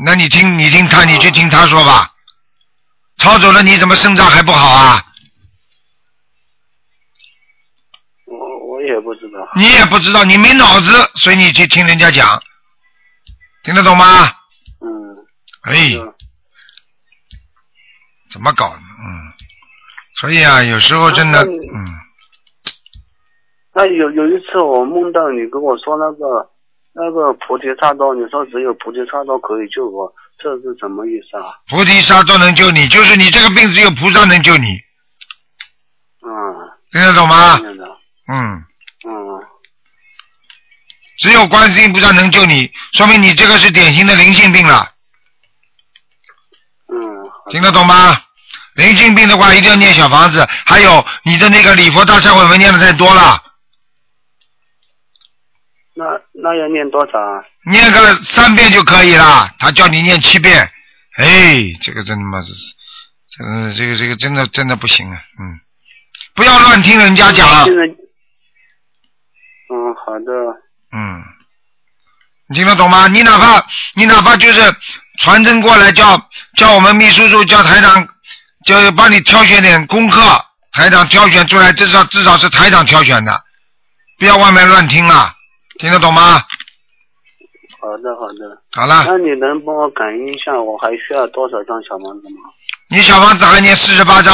那你听，你听他，你去听他说吧。抄走了，你怎么肾脏还不好啊？我我也不知道。你也不知道，你没脑子，所以你去听人家讲，听得懂吗？嗯。哎，怎么搞呢？嗯，所以啊，有时候真的，那你嗯，那有有一次我梦到你跟我说那个那个菩提萨埵，你说只有菩提萨埵可以救我，这是什么意思啊？菩提萨埵能救你，就是你这个病只有菩萨能救你，嗯，听得懂吗？听得懂嗯，嗯，只有观世音菩萨能救你，说明你这个是典型的灵性病了。嗯，听得懂吗？灵性病的话，一定要念小房子，还有你的那个礼佛大忏悔文念的太多了，那那要念多少啊？念个三遍就可以了。他叫你念七遍，哎，这个真他妈是，这个这个这个真的真的不行啊，嗯，不要乱听人家讲，现在，嗯，好的，嗯，你听得懂吗？你哪怕你哪怕就是传真过来叫，叫我们秘书处叫台长，就帮你挑选点功课，台长挑选出来，至少至少是台长挑选的，不要外面乱听了，听得懂吗？好的，好的。好了那你能帮我感应一下，我还需要多少张小房子吗？你小房子还念四十八章，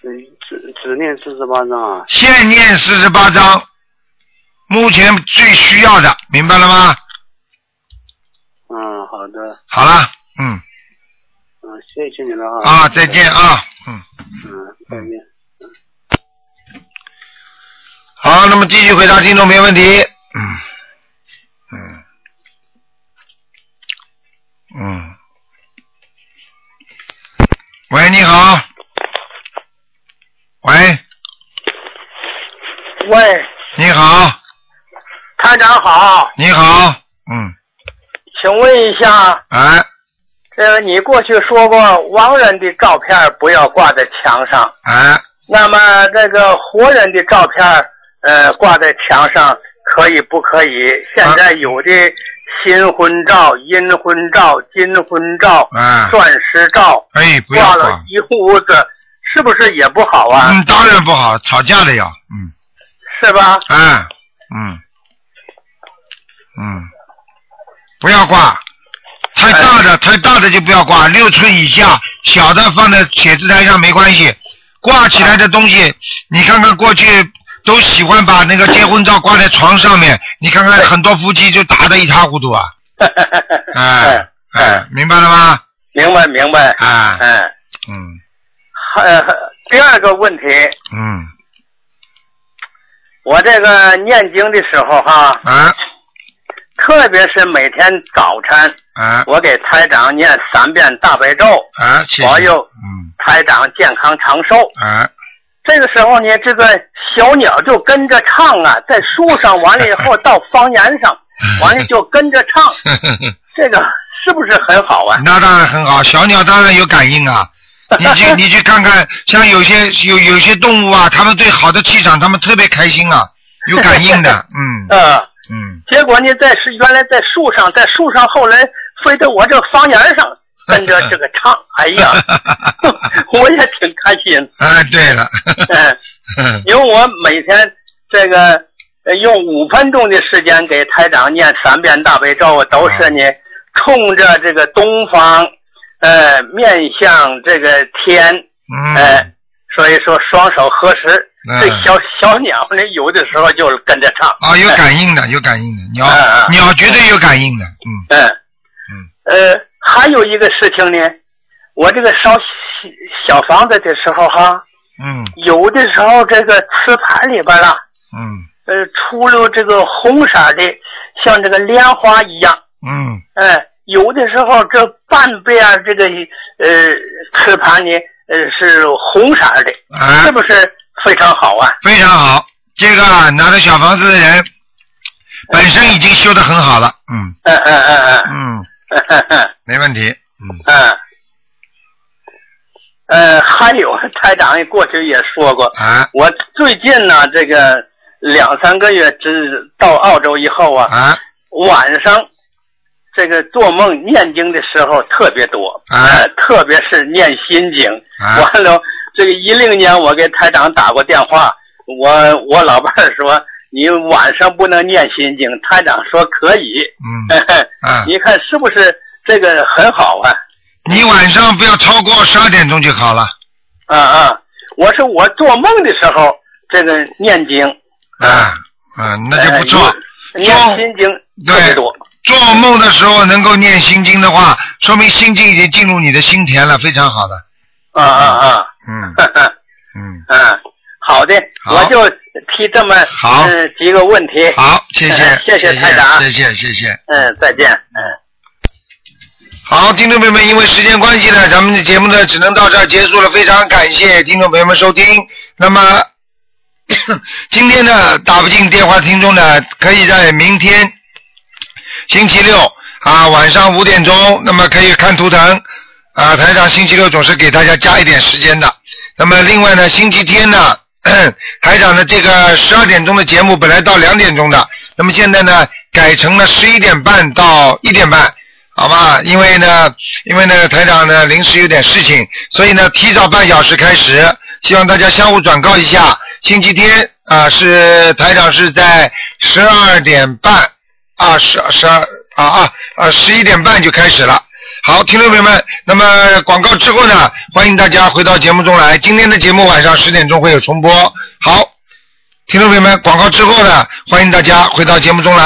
只只只念四十八张啊。现念四十八章，目前最需要的，明白了吗？嗯，好的，好了，嗯，嗯，谢谢你了啊。啊，再见啊。嗯，再见。好，那么继续回答听众没问题。嗯，嗯，嗯。喂，你好。喂，喂，你好，台长好，你好，请问一下，哎，这个你过去说过亡人的照片不要挂在墙上，哎，那么这个活人的照片呃挂在墙上可以不可以？现在有的新婚照、阴婚照、金婚照、哎钻石照，哎，不要挂挂了。一屋子，是不是也不好啊？嗯，当然不好，吵架的呀。嗯，是吧？哎，嗯，嗯，不要挂，太大的、太大的就不要挂，六寸以下，小的放在写字台上没关系。挂起来的东西，你看看过去都喜欢把那个结婚照挂在床上面，你看看很多夫妻就打得一塌糊涂啊。 哎哎，明白了吗？明白明白。啊，嗯，嗯呃，第二个问题，嗯我这个念经的时候哈，啊特别是每天早晨，啊我给台长念三遍大悲咒，啊，谢嗯谢。保佑台长健康长寿。啊这个时候呢，这个小鸟就跟着唱啊，在树上完了以后到房檐 上，完了就跟着唱，这个是不是很好啊？，那当然很好，小鸟当然有感应啊。你去你去看看，像有些有有些动物啊，它们对好的气场，它们特别开心啊，有感应的 嗯呃，嗯，结果呢，在是原来在树上，在树上后来飞到我这房檐 上，跟着这个唱，哎呀，我也挺开心。哎，对了，嗯，因为我每天这个呃用五分钟的时间给台长念三遍大悲咒，都是呢冲着这个东方，呃，面向这个天， 嗯，呃，所以说双手合十。嗯这小小鸟呢，有的时候就跟着唱。啊，有哎感应的，有感应的，鸟、啊啊鸟绝对有感应的，嗯，呃，还有一个事情呢，我这个烧小小房子的时候哈，嗯有的时候这个瓷盘里边啊，嗯呃，出了这个红色的，像这个莲花一样，嗯哎、有的时候这半边儿这个呃瓷盘呢，呃是红色的，啊是不是非常好啊？非常好。这个啊拿着小房子的人，本身已经修得很好了，嗯嗯嗯嗯嗯嗯，嗯嗯没问题，啊嗯。呃，还有台长过去也说过，啊我最近呢，这个两三个月之到澳洲以后啊，啊晚上这个做梦念经的时候特别多，啊呃特别是念心经。啊 完了，这个一零年我给台长打过电话，我我老伴儿说你晚上不能念心经，台长说可以。 嗯啊你看是不是这个很好啊？你晚上不要超过十二点钟就好了，啊啊！我是我做梦的时候这个念经，啊嗯，那就不错。呃念心经特别多。做梦的时候能够念心经的话，说明心经已经进入你的心田了，非常好的。 啊啊啊！嗯嗯，好的，我就提这么好嗯几个问题。好，谢谢嗯， 谢谢台长，谢谢谢谢。嗯，再见，嗯。好，听众朋友们，因为时间关系呢，咱们的节目呢只能到这儿结束了。非常感谢听众朋友们收听。那么 今天呢打不进电话的听众呢，可以在明天星期六啊晚上五点钟，那么可以看图腾啊。台长星期六总是给大家加一点时间的。那么另外呢，星期天呢， 台长的这个十二点钟的节目本来到两点钟的，那么现在呢改成了十一点半到一点半。好吧，因为呢，因为呢，台长呢临时有点事情，所以呢提早半小时开始，希望大家相互转告一下。星期天啊、是台长是在十二点半啊，十十二啊啊啊十一点半就开始了。好，听众朋友们，那么广告之后呢，欢迎大家回到节目中来。今天的节目晚上十点钟会有重播。好，听众朋友们，广告之后呢，欢迎大家回到节目中来。